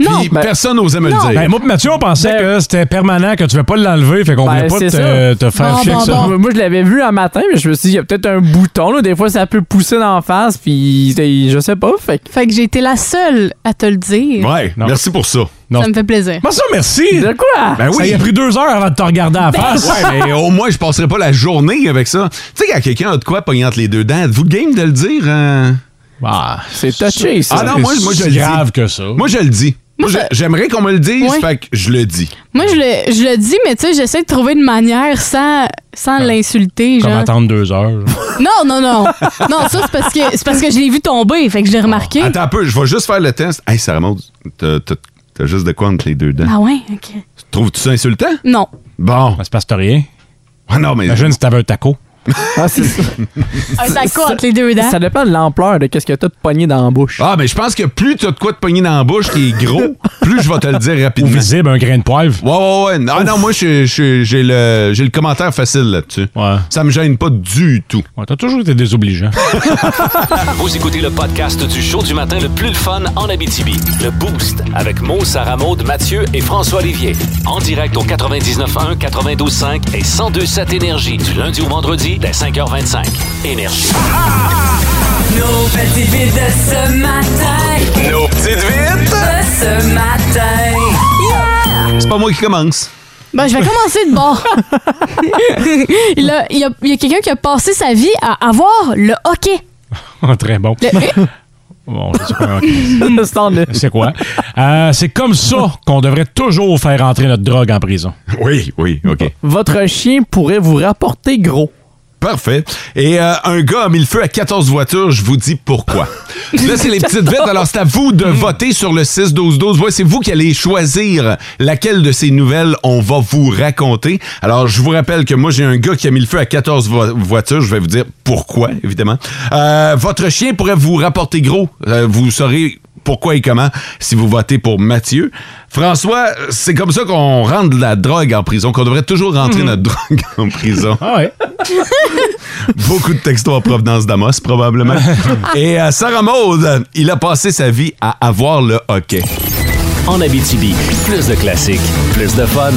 Non.
Puis personne n'osait me le dire.
Ben, moi pis Mathieu, on pensait que c'était permanent, que tu ne pas l'enlever, fait qu'on
Ben,
voulait pas
c'est
te,
ça.
te faire
Bon,
chier
bon,
avec ça.
bon. Moi, je l'avais vu un matin, mais je me suis dit, il y a peut-être un bouton. Là. Des fois, ça peut pousser d'en face, puis c'est- je sais pas. Fait que-
Fait que j'ai été la seule à te le dire.
Ouais, merci pour ça.
Ça me fait plaisir.
Moi, ça, merci. De
quoi? Ben
Ben oui.
Ça y a pris deux heures avant de te regarder à la face.
Ouais, mais au moins, je passerai pas la journée avec ça. Tu sais, quand quelqu'un a de quoi pogner entre les deux dents, vous le game de le dire? hein?
c'est touché, ça.
Ah non, moi,
Bah,
moi, je
C'est
le dis.
grave que ça.
Moi, je le dis. Moi, je- J'aimerais qu'on me le dise,
Ouais.
fait que je le dis.
Moi, je le, je le dis, mais tu sais, j'essaie de trouver une manière sans, sans l'insulter.
Hein? Comme
genre.
attendre deux heures.
Non, non, non. non, ça, c'est parce que c'est parce que je l'ai vu tomber, fait que je l'ai remarqué.
Ah,
Attends un peu, je vais juste faire le test. Hey, ça remonte. T'as t'as- t'as juste de quoi entre les deux dents.
Ah ouais? OK.
Trouves-tu ça insultant?
Non.
Bon.
Ça se passe rien.
Ah non, mais.
Imagine si t'avais un taco.
Ah, c'est ça.
Un taco
Ça-
entre les deux dents.
Ça dépend de l'ampleur de qu'est-ce que t'as de pogné dans la bouche.
Ah, mais je pense que plus t'as de quoi de pogner dans la bouche qui est gros, plus je vais te le dire
Ou
rapidement.
visible, un grain de poivre.
Ouais, ouais, ouais. Ah non, moi, je- je- j'ai le, j'ai le commentaire facile là-dessus. Ça me gêne pas du tout.
Ouais, t'as toujours été désobligeant.
Vous écoutez le podcast du show du matin le plus fun en Abitibi. Le Boost avec Mo, Sarah Maud, Mathieu et François Olivier. En direct au 99.1, 92.5 et 102.7 Énergie du lundi au vendredi dès 5h25. Énergie.
Nos petites vites de ce matin.
Nos petites
vites de ce matin.
C'est pas moi qui commence.
Ben, je vais commencer de bord. il, a- il y a, il y a quelqu'un qui a passé sa vie à avoir le hockey.
Ah, Très bon.
Le-
Bon, je sais pas, ok. C'est quoi? Euh, c'est comme ça qu'on devrait toujours faire entrer notre drogue en prison.
Oui, oui, OK.
Votre chien pourrait vous rapporter gros.
Parfait. Et euh, un gars a mis le feu à 14 voitures, je vous dis pourquoi. Là, c'est les petites bêtes, alors c'est à vous de voter sur le 6-12-12. Ouais, c'est vous qui allez choisir laquelle de ces nouvelles on va vous raconter. Alors, je vous rappelle que moi, j'ai un gars qui a mis le feu à 14 vo- voitures, je vais vous dire pourquoi, évidemment. Euh, votre chien pourrait vous rapporter gros. Euh, vous saurez pourquoi et comment si vous votez pour Mathieu. François, c'est comme ça qu'on rentre la drogue en prison, qu'on devrait toujours rentrer notre drogue en prison.
Ah
Beaucoup de textos en provenance d'Amos, probablement. Et euh, Sarah Maud, il a passé sa vie à avoir le hockey.
En Abitibi, plus de classiques, plus de fun.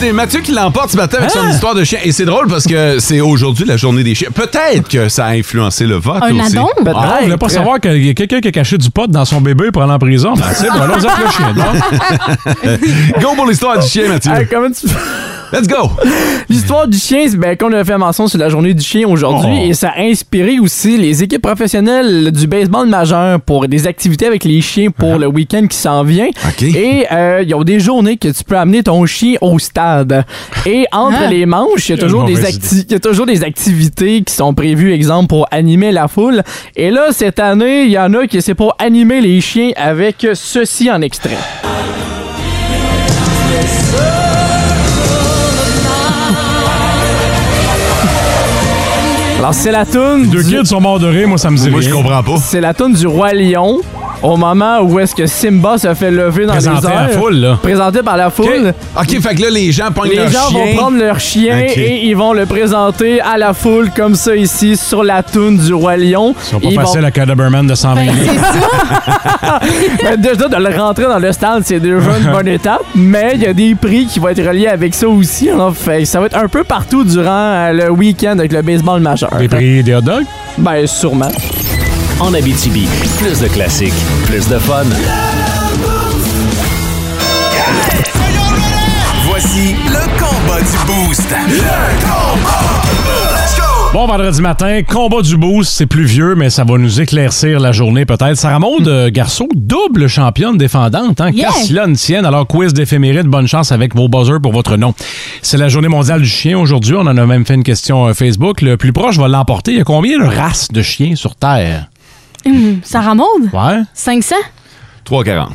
C'est Mathieu qui l'emporte ce matin avec
Hein?
son histoire de chien. Et c'est drôle parce que c'est aujourd'hui la journée des chiens. Peut-être que ça a influencé le vote
Un
aussi.
addon?
Ah,
Ah, on voulait pas savoir qu'il y a quelqu'un qui a caché du pot dans son bébé pour aller en prison. Ben, c'est bon, allons-y avec le chien. non?
Go pour l'histoire du chien, Mathieu.
Hey, comment tu-
Let's go!
L'histoire du chien, c'est ben, qu'on a fait mention sur la journée du chien aujourd'hui
Oh.
et ça a inspiré aussi les équipes professionnelles du baseball majeur pour des activités avec les chiens pour le week-end qui s'en vient.
Uh-huh. OK.
Et euh, ils ont des journées que tu peux amener ton chien au stade. Et entre
Ah.
les manches, il y a
Quelle
toujours des
mauvaise
acti- il y a toujours des activités qui sont prévues, exemple, pour animer la foule. Et là, cette année, il y en a qui c'est pour animer les chiens avec ceci en extrait. Alors, c'est la toune
Deux
du-
kids sont morts de rire, moi ça me dit
Moi, je
rien.
comprends pas.
c'est la toune du Roi Lion au moment où est-ce que Simba se fait lever dans les
Présenté
airs.
à la foule, là.
Présenté par la foule.
OK, fait que là, les gens pognent
Les
leur
gens
chien.
vont prendre leur chien
Ok.
et ils vont le présenter à la foule comme ça ici sur la toune du Roi Lion.
Ils sont pas
Ils vont-
faciles à Cadaberman de 120
Ben,
000.
c'est ça.
Ben, déjà de le rentrer dans le stade, c'est déjà une bonne étape, mais il y a des prix qui vont être reliés avec ça aussi. hein. Fait que ça va être un peu partout durant euh, le week-end avec le baseball majeur.
Des prix des hot dogs?
Ben sûrement.
En Abitibi, plus de classiques, plus de fun.
Voici le combat du Boost.
Bon vendredi matin, combat du boost, c'est plus vieux, mais ça va nous éclaircir la journée peut-être. Sarah Maud, euh, Garceau, double championne défendante, hein?
Yeah.
Qu'à cela ne tienne. Alors, quiz d'éphéméride, bonne chance avec vos buzzers pour votre nom. C'est la journée mondiale du chien aujourd'hui. On en a même fait une question euh, Facebook. Le plus proche va l'emporter. Il y a combien de races de chiens sur Terre?
Hum, Sarah Maud?
Ouais.
500?
3,40.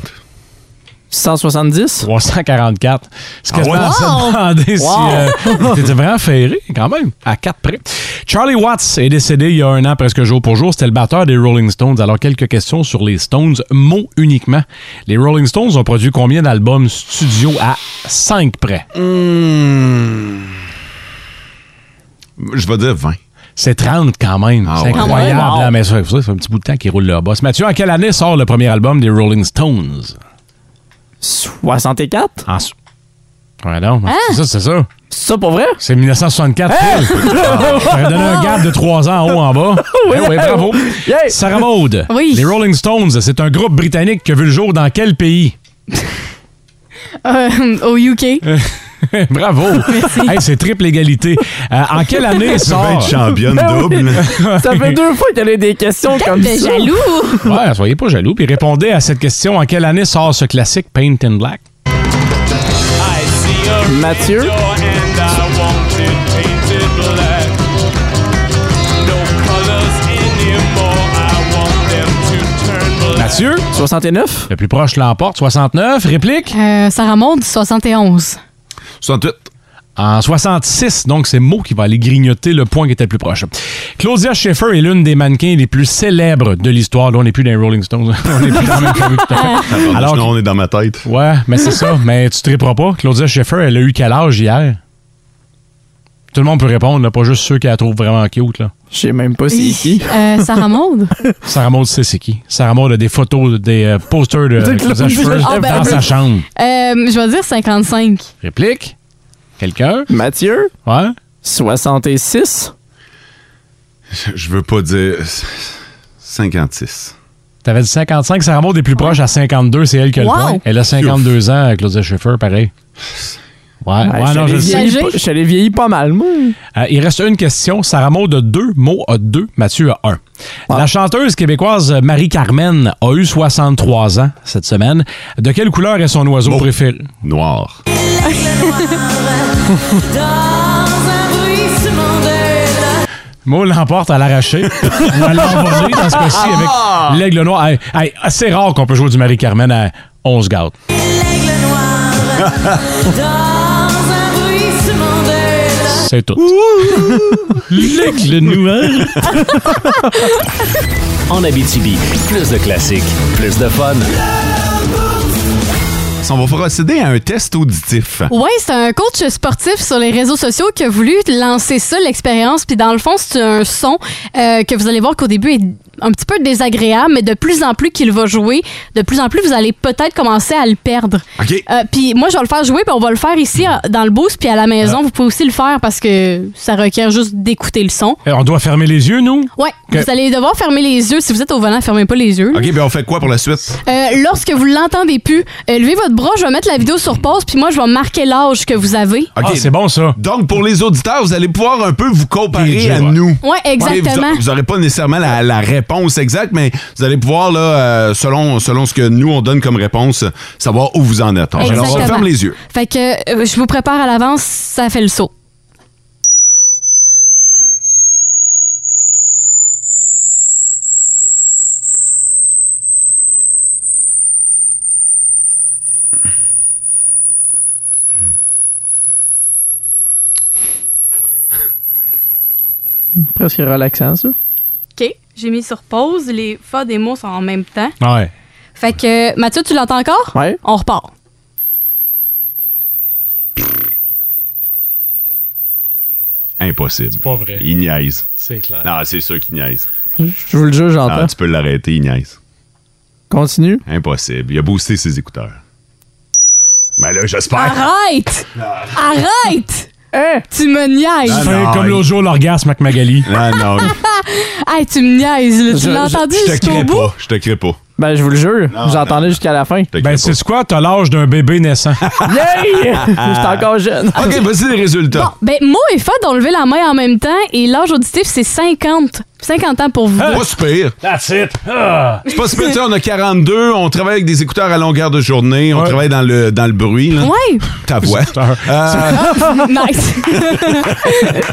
170?
344. C'est quasiment
ouais?
à se
Wow!
demander si...
Wow!
euh, T'étais vraiment ferré, quand même, à 4 près. Charlie Watts est décédé il y a un an, presque jour pour jour. C'était le batteur des Rolling Stones. Alors, quelques questions sur les Stones, mots uniquement. Les Rolling Stones ont produit combien d'albums studio à 5 près?
Hmm. Je vais dire Ah 20.
C'est 30 quand même. c'est
ouais.
incroyable.
Quand même.
là, mais ça, ça fait un petit bout de temps qu'ils roulent leur boss. Mathieu, en quelle année sort le premier album des Rolling Stones?
64?
En... so- Ouais, non.
Hein?
C'est ça, c'est ça.
C'est ça pour vrai?
C'est 1964, Phil. J'aurais donné un gap de 3 ans en haut, en bas.
Oui.
Eh oui, bravo. Sarah Maud.
Oui.
Les Rolling Stones, c'est un groupe britannique qui a vu le jour dans quel pays?
Euh, au UK.
Bravo! Hey, c'est triple égalité. Euh, en quelle année
Ça peut
sort...
être championne Ben oui. double.
Ça fait deux fois qu'elle a des questions
Quel
comme
de
ça.
jaloux!
Ouais, soyez pas jaloux. Puis répondez à cette question. En quelle année sort ce classique Paint in Black?
Mathieu?
Mathieu?
69.
Le plus proche l'emporte. 69. Réplique?
Euh, Sarah Maud, 71.
68. En 66, donc c'est Mo qui va aller grignoter le point qui était le plus proche. Claudia Schiffer est l'une des mannequins les plus célèbres de l'histoire. Là, on n'est plus dans les Rolling Stones. on n'est plus dans la même famille tout à
Ah,
fait.
Alors,
Alors,
Ah, on est dans ma tête.
Ouais, mais c'est ça. Mais tu triperas pas. Claudia Schiffer, elle a eu quel âge hier? Tout le monde peut répondre, là, pas juste ceux qui la trouvent vraiment cute. Là.
Je sais même pas c'est qui.
Euh, Sarah Maud?
Sarah Maud sait c'est qui. Sarah Maud a des photos, des euh, posters de
Dites-le,
Claudia
dites-le,
Schiffer
ah, ben,
dans sa
ben.
chambre.
Euh, je vais dire 55.
Réplique? Quelqu'un?
Mathieu?
Ouais?
66?
Je veux pas dire 56.
T'avais dit 55, Sarah Maud est plus proche à 52, c'est elle qui a
Wow.
le point. Elle a 52 ans, Claudia Schiffer, pareil. Ouais, ouais,
je
non, je
l'ai
sais.
vieilli pas- je l'ai vieilli pas mal, moi.
Euh, il reste une question. Sarah Maud a deux, Mo a deux, Mathieu a un. La chanteuse québécoise Marie-Carmen a eu 63 ans cette semaine. De quelle couleur est son oiseau préféré? Noir. Mo l'emporte à l'arraché. ou à l'envoler dans ce cas-ci
Ah!
avec l'aigle noir. Hey, hey, c'est rare qu'on peut jouer du Marie-Carmen à 11 gardes. C'est tout. L'aigle noir.
En Abitibi, plus de classiques, plus de fun.
On va procéder à un test auditif.
Ouais, c'est un coach sportif sur les réseaux sociaux qui a voulu lancer ça, l'expérience. Puis dans le fond, c'est un son euh, que vous allez voir qu'au début est un petit peu désagréable, mais de plus en plus qu'il va jouer, de plus en plus vous allez peut-être commencer à le perdre.
OK.
Euh, puis moi, je vais le faire jouer, puis on va le faire ici à- dans le boost, puis à la maison, vous pouvez aussi le faire parce que ça requiert juste d'écouter le son.
Eh, On doit fermer les yeux, nous?
Ouais,
OK.
vous allez devoir fermer les yeux. Si vous êtes au volant, fermez pas les yeux.
OK, ben on fait quoi pour la suite?
Euh, lorsque vous l'entendez plus, euh, levez votre bras, je vais mettre la vidéo sur pause, puis moi, je vais marquer l'âge que vous avez.
OK.
Ah, c'est bon, ça.
Donc, pour les auditeurs, vous allez pouvoir un peu vous comparer à nous.
Ouais, exactement.
Vous n'aurez pas nécessairement la, la réponse exacte, mais vous allez pouvoir, là, euh, selon, selon ce que nous, on donne comme réponse, savoir où vous en êtes. Alors, on
Exactement.
ferme les yeux.
Fait que euh, je vous prépare à l'avance, ça fait le saut.
Presque relaxant, ça.
OK, j'ai mis sur pause, les fa des mots sont en même temps.
Ah Ouais.
Fait que euh, Mathieu, tu l'entends encore
Ouais.
On repart.
Impossible. C'est
pas vrai.
Il niaise.
C'est clair.
Non, c'est sûr qu'il niaise.
Je vous le jure, j'entends.
Non, tu peux l'arrêter, il niaise.
Continue.
Impossible. Il a boosté ses écouteurs. Ben là,
Ah.
j'espère.
Arrête Arrête
Euh.
Tu me niaises.
Tu fais comme l'autre jour l'orgasme avec Magali.
Ah non.
Ah. Hey, tu me niaises, là.
Je-
tu l'as
je-
entendu jusqu'au bout
Je te crée pas.
Ben, je vous le jure, j'entendais jusqu'à la fin.
Ben, c'est quoi? T'as l'âge d'un bébé naissant.
Yeah! J'étais encore jeune.
OK, vas-y les résultats.
Ben, Mo et Fod ont levé la main en même temps et l'âge auditif, c'est 50. 50 ans pour vous.
Pas si pire.
Ah, That's it.
C'est pas si pire, tu sais, on a 42, on travaille avec des écouteurs à longueur de journée, on travaille dans le, dans le bruit. Là.
Ouais.
Ta voix. Euh,
Ah, nice.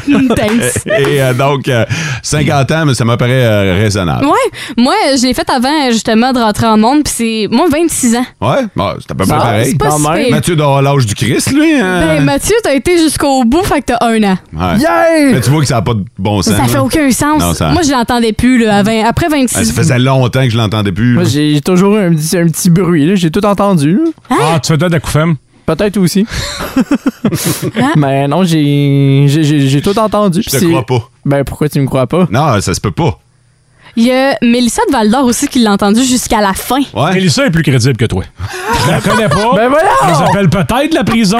Thanks.
et euh, donc, euh, 50 ans, mais ça m'apparaît euh, raisonnable.
Ouais, moi, euh, je l'ai fait avant, euh, justement, de rentrer en monde, puis c'est, moi, 26 ans.
Ouais, bon, c'est à peu près
Ah,
pareil.
c'est pas si pire.
Mathieu doit avoir l'âge du Christ, lui. hein?
Ben, Mathieu, t'as été jusqu'au bout, fait que t'as un an.
Ouais. Mais tu vois que ça n'a pas de bon sens.
Ça fait
là.
aucun sens.
Non, ça-
Moi, je l'entendais plus, là, à vingt- après
Ah,
26
ça faisait longtemps que je l'entendais plus.
Moi,
là.
Hein?
j'ai j'ai toujours eu un petit, un petit bruit, là. J'ai tout entendu, là.
Ah, tu fais de la coufemme?
Peut-être aussi.
Hein?
Mais non, j'ai j'ai- j'ai j'ai tout entendu.
Je te crois pas.
Ben pourquoi tu me crois pas?
Non, ça se peut pas.
Il y a Mélissa de Valdor aussi qui l'a entendu jusqu'à la fin.
Ouais.
Mélissa est plus crédible que toi. Je la connais pas. Ben voilà! Elle s'appelle peut-être la prison.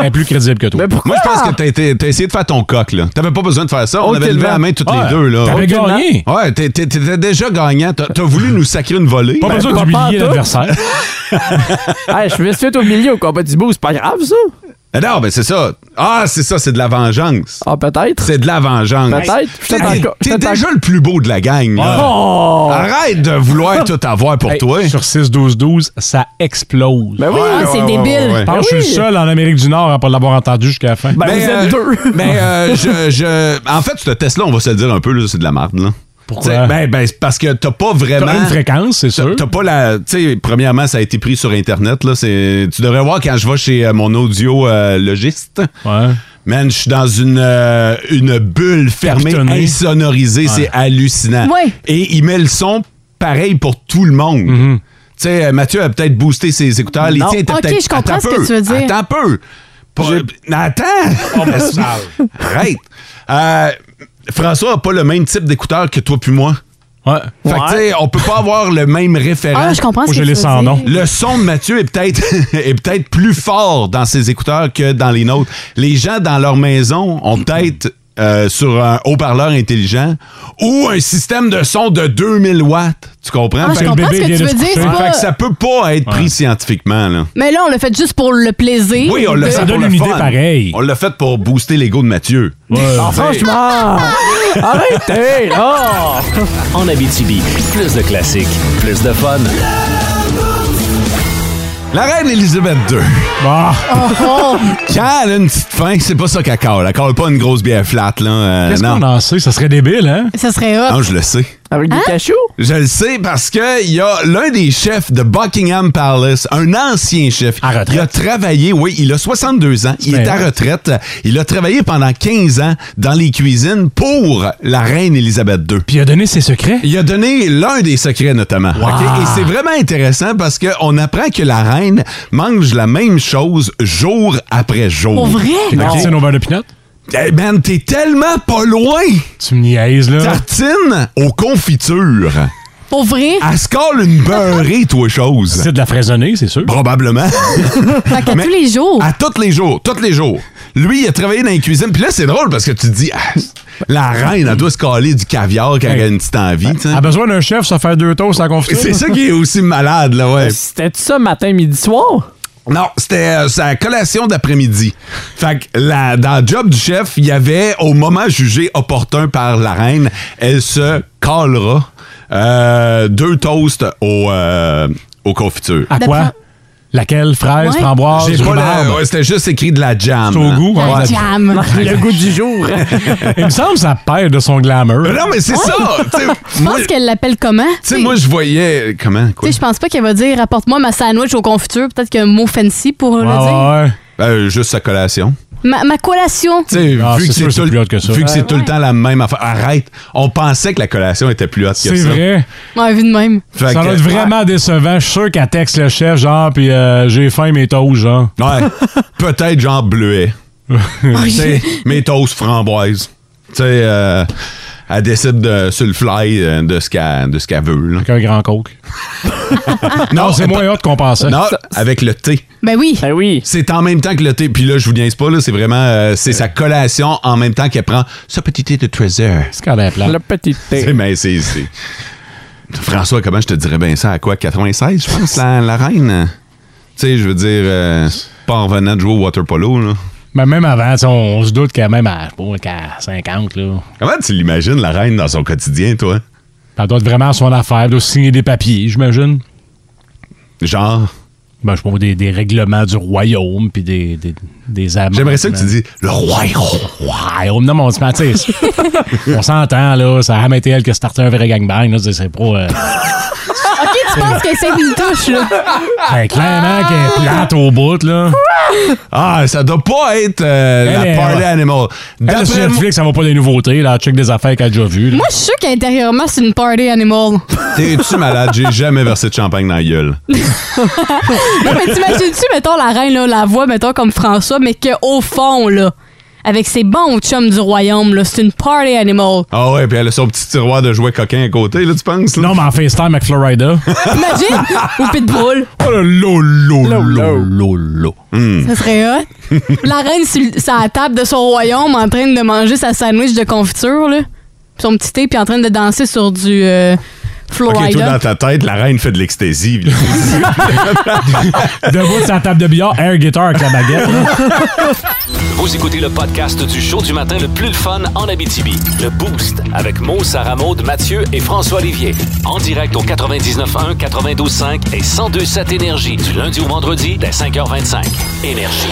Elle est plus crédible que toi. Mais
Moi, je pense que t'as été- t'as essayé de faire ton coq, là. T'avais pas besoin de faire ça. On avait levé
Aucunement.
la main toutes
Ouais.
les deux, là.
T'avais
Aucunement.
gagné.
Ouais, t'es- t'es- t'étais déjà gagnant. T'as t'as voulu nous sacrer une volée.
Pas
Ben,
besoin
pas
d'humilier
pantoute.
l'adversaire.
Hey, je me suis fait humilier au combat du beau, c'est pas grave ça?
Ah Non, ben c'est ça. Ah, c'est ça, c'est de la vengeance.
Ah, peut-être.
C'est de la vengeance.
Peut-être. Je
T'es-
t'attends- je
T'es
t'attends-
déjà le plus beau de la gang. là.
Oh!
Arrête de vouloir tout avoir pour
Hey,
toi.
Sur 6-12-12, ça explose.
Ben oui.
Ah, c'est débile.
Je pense que je
Ben
suis le
oui.
seul en Amérique du Nord à pas l'avoir entendu jusqu'à la fin.
mais euh, mais, euh, je, je- en fait, ce test-là, on va se le dire un peu, là, c'est de la merde. Là.
Pourquoi?
T'sais, Ben, ben, c'est parce que t'as pas vraiment.
T'as une fréquence, c'est
sûr. T'as pas la. Tu sais, premièrement, ça a été pris sur Internet. Là, c'est, tu devrais voir quand je vais chez euh, mon audiologiste.
ouais.
Man, je suis dans une, euh, une bulle fermée,
Capitonnée.
insonorisée.
Ouais.
C'est hallucinant.
Ouais.
Et il met le son pareil pour tout le monde.
Mm-hmm.
Tu sais, euh, Mathieu a peut-être boosté ses écouteurs. Les
Non.
tiens étaient
Ok,
peut-être-
je comprends
Attends
ce que
peu.
tu veux dire.
Attends un peu. Pas- Attends! Laisse- Arrête! Euh, François a pas le même type d'écouteur que toi puis moi.
Ouais.
Fait que, tu sais, on peut pas avoir le même référent.
Ah, je comprends ce Moi, je que l'ai tu veux sans
sens,
dire. nom.
Le son de Mathieu est peut-être est peut-être plus fort dans ses écouteurs que dans les nôtres. Les gens dans leur maison ont peut-être euh, sur un haut-parleur intelligent ou un système de son de 2000 watts. Tu comprends?
Ah, je
Fait que-
comprends ce que tu
vient de
veux
se
dire,
coucher.
c'est pas-
Fait que ça peut pas être pris scientifiquement. Là.
Mais là, on l'a fait juste pour le plaisir.
Oui, on l'a
de-
fait pour le fun. On l'a fait pour booster l'ego de Mathieu.
Ah,
Tu sais.
franchement!
Arrêtez, là!
En Abitibi, plus de classiques, plus de fun.
La reine Elisabeth II.
Ah.
Quand elle a une petite faim, c'est pas ça qu'elle cale. Elle cale pas une grosse bière flat, là. euh,
Qu'est-ce
non.
qu'on en sait? Ça serait débile, hein?
Ça serait hot.
Non, je le sais.
Avec des cachots?
Je le sais parce que il y a l'un des chefs de Buckingham Palace, un ancien chef. À retraite. Il a travaillé, oui, il a 62 ans, il est à retraite. Il a travaillé pendant 15 ans dans les cuisines pour la reine Elisabeth II.
Puis il a donné ses secrets?
Il a donné l'un des secrets notamment. OK? Et c'est vraiment intéressant parce qu'on apprend que la reine mange la même chose jour après jour.
Pour vrai? Une
OK?
tartine au beurre de pinot?
Hey Eh, man, t'es tellement pas loin!
Tu me niaises, là.
Tartine aux confitures.
Pour vrai,
Elle se colle une beurrée, toi, chose. C'est
de la fraisonnée, c'est sûr.
Probablement.
fait qu'à tous les jours.
à tous les jours, tous les jours. Lui, il a travaillé dans les cuisines. Puis là, c'est drôle parce que tu te dis, Ah, la reine, elle doit se caler du caviar quand elle a une petite envie. tu sais.
Elle a besoin d'un chef, ça fait deux toasts en confiture.
C'est ça qui est aussi malade, là, ouais.
C'était ça matin, midi, soir?
Non, c'était euh, sa collation d'après-midi. Fait que la- dans le job du chef, il y avait, au moment jugé opportun par la reine, elle se calera euh, deux toasts au, euh, aux confitures.
À quoi? Laquelle? Fraise,
Ouais.
framboise,
J'ai pas la-
rhubarbe?
ouais, c'était juste écrit de la jam.
C'est au goût,
Ouais.
hein, la-
Jam.
Le goût du jour.
Il me semble que ça perd de son glamour.
Mais non, mais c'est ça! Tu sais,
Je
moi-
pense qu'elle l'appelle comment?
tu sais, moi, je voyais... Comment?
Tu
Quoi?
sais, je pense pas qu'elle va dire apporte-moi ma sandwich au confiture. Peut-être qu'il y a un mot fancy pour le dire.
Euh, juste sa collation.
Ma, ma collation.
Tu sais,
Ah,
vu
c'est
que c'est
sûr, c'est
tout,
plus haute que ça.
vu que c'est
Ouais.
tout le temps la même affaire. Arrête! On pensait que la collation était plus haute que ça.
C'est vrai.
Ouais, vu de même.
Fait
ça
que-
va être vraiment décevant. Je suis sûr qu'elle texte le chef, genre, puis euh, j'ai faim, mes toasts, genre.
Ouais. Peut-être genre bleuet. Tu sais, mes toasts framboises. Tu sais, euh, elle décide de, sur le fly euh, de ce qu'elle de ce qu'elle veut. là.
Avec un grand coke. non, c'est moins hot qu'on pensait.
Non, avec le thé.
Ben oui.
Ben oui.
C'est en même temps que le thé. Puis là, je vous niaise pas, là, c'est vraiment euh, c'est sa collation en même temps qu'elle prend ce petit thé de Treasure.
C'est quand même plat.
Le petit
C'est
thé.
mais c'est. c'est- François, comment je te dirais bien ça? À quoi? 96, je pense, la, la reine? Tu sais, je veux dire, euh, pas en venant de jouer au water polo, là.
Mais même avant, tu sais, on, on se doute qu'à même à, je sais pas, qu'à 50, là.
Comment tu l'imagines, la reine, dans son quotidien, toi?
Elle doit être vraiment à son affaire, elle doit signer des papiers, j'imagine.
Genre,
Ben, je sais pas, des, des règlements du royaume, puis des, des, des amendes.
j'aimerais ça que tu
hein.
dis le royaume.
Royaume, non, mais on se ment, tu sais, On s'entend, là. Ça a jamais été elle qui a starté un vrai gangbang, là. C'est c'est pas. euh,
Ok, tu penses qu'elle essaie de nous touche, là.
ben, clairement qu'elle est plate au bout, là.
Ah, ça doit pas être euh,
Elle
la
est-
party
ouais.
animal.
Elle, sur
D'après moi,
Netflix, ça va pas des nouveautés. Là, check des affaires qu'elle a déjà vues. là.
Moi, je suis sûr qu'intérieurement, c'est une party animal.
t'es-tu malade? J'ai jamais versé de champagne dans la gueule.
non, mais t'imagines-tu, mettons, la reine, là, la voix, mettons, comme François, mais qu'au fond, là, avec ses bons chums du royaume, là, c'est une party animal.
Ah ouais, puis elle a son petit tiroir de jouets coquins à côté, là, tu penses?
Non, mais en FaceTime avec Florida.
Imagine! Ou Pitbull.
Oh, le lolo, lolo,
lolo.
Ça serait hot. La reine, sur le- sur la table de son royaume, en train de manger sa sandwich de confiture, là. puis Son petit thé, puis en train de danser sur du euh, Florida.
Ok, toi, dans ta tête, la reine fait de l'ecstasy. là.
Debout sur la table de billard, air guitar avec la baguette.
Vous écoutez le podcast du show du matin le plus le fun en Abitibi. Le Boost avec Mo, Sarah Maud, Mathieu et François Olivier. En direct au 99.1, 92.5 et 102.7 Énergie du lundi au vendredi dès 5h25. Énergie.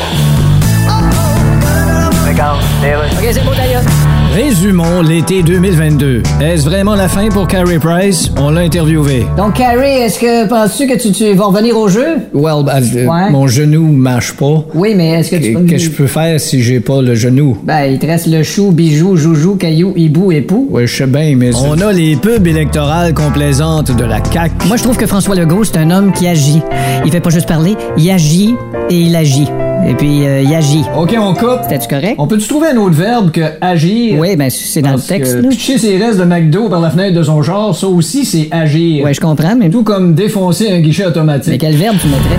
Résumons l'été 2022. Est-ce vraiment la fin pour Carrie Price? On l'a interviewé.
Donc, Carrie, est-ce que penses-tu que tu, tu vas revenir au jeu?
Well, bah, euh,
Ouais.
mon genou marche pas.
Oui, mais est-ce que tu
Qu'est-ce que je peux faire si j'ai pas le genou?
Ben, il te reste le chou, bijou, joujou, caillou, hibou, époux.
Ouais, je sais bien, mais... On a les pubs électorales complaisantes de la CAQ.
Moi, je trouve que François Legault, c'est un homme qui agit. Il fait pas juste parler, il agit et il agit. Et puis, euh, il agit.
OK, on coupe.
C'était-tu correct?
On peut-tu trouver un autre verbe que agir?
Oui, ben, c'est dans le texte, là.
Pitcher ses restes de McDo par la fenêtre de son genre, ça aussi, c'est agir.
Ouais, je comprends, mais...
Tout comme défoncer un guichet automatique.
Mais quel verbe tu mettrais?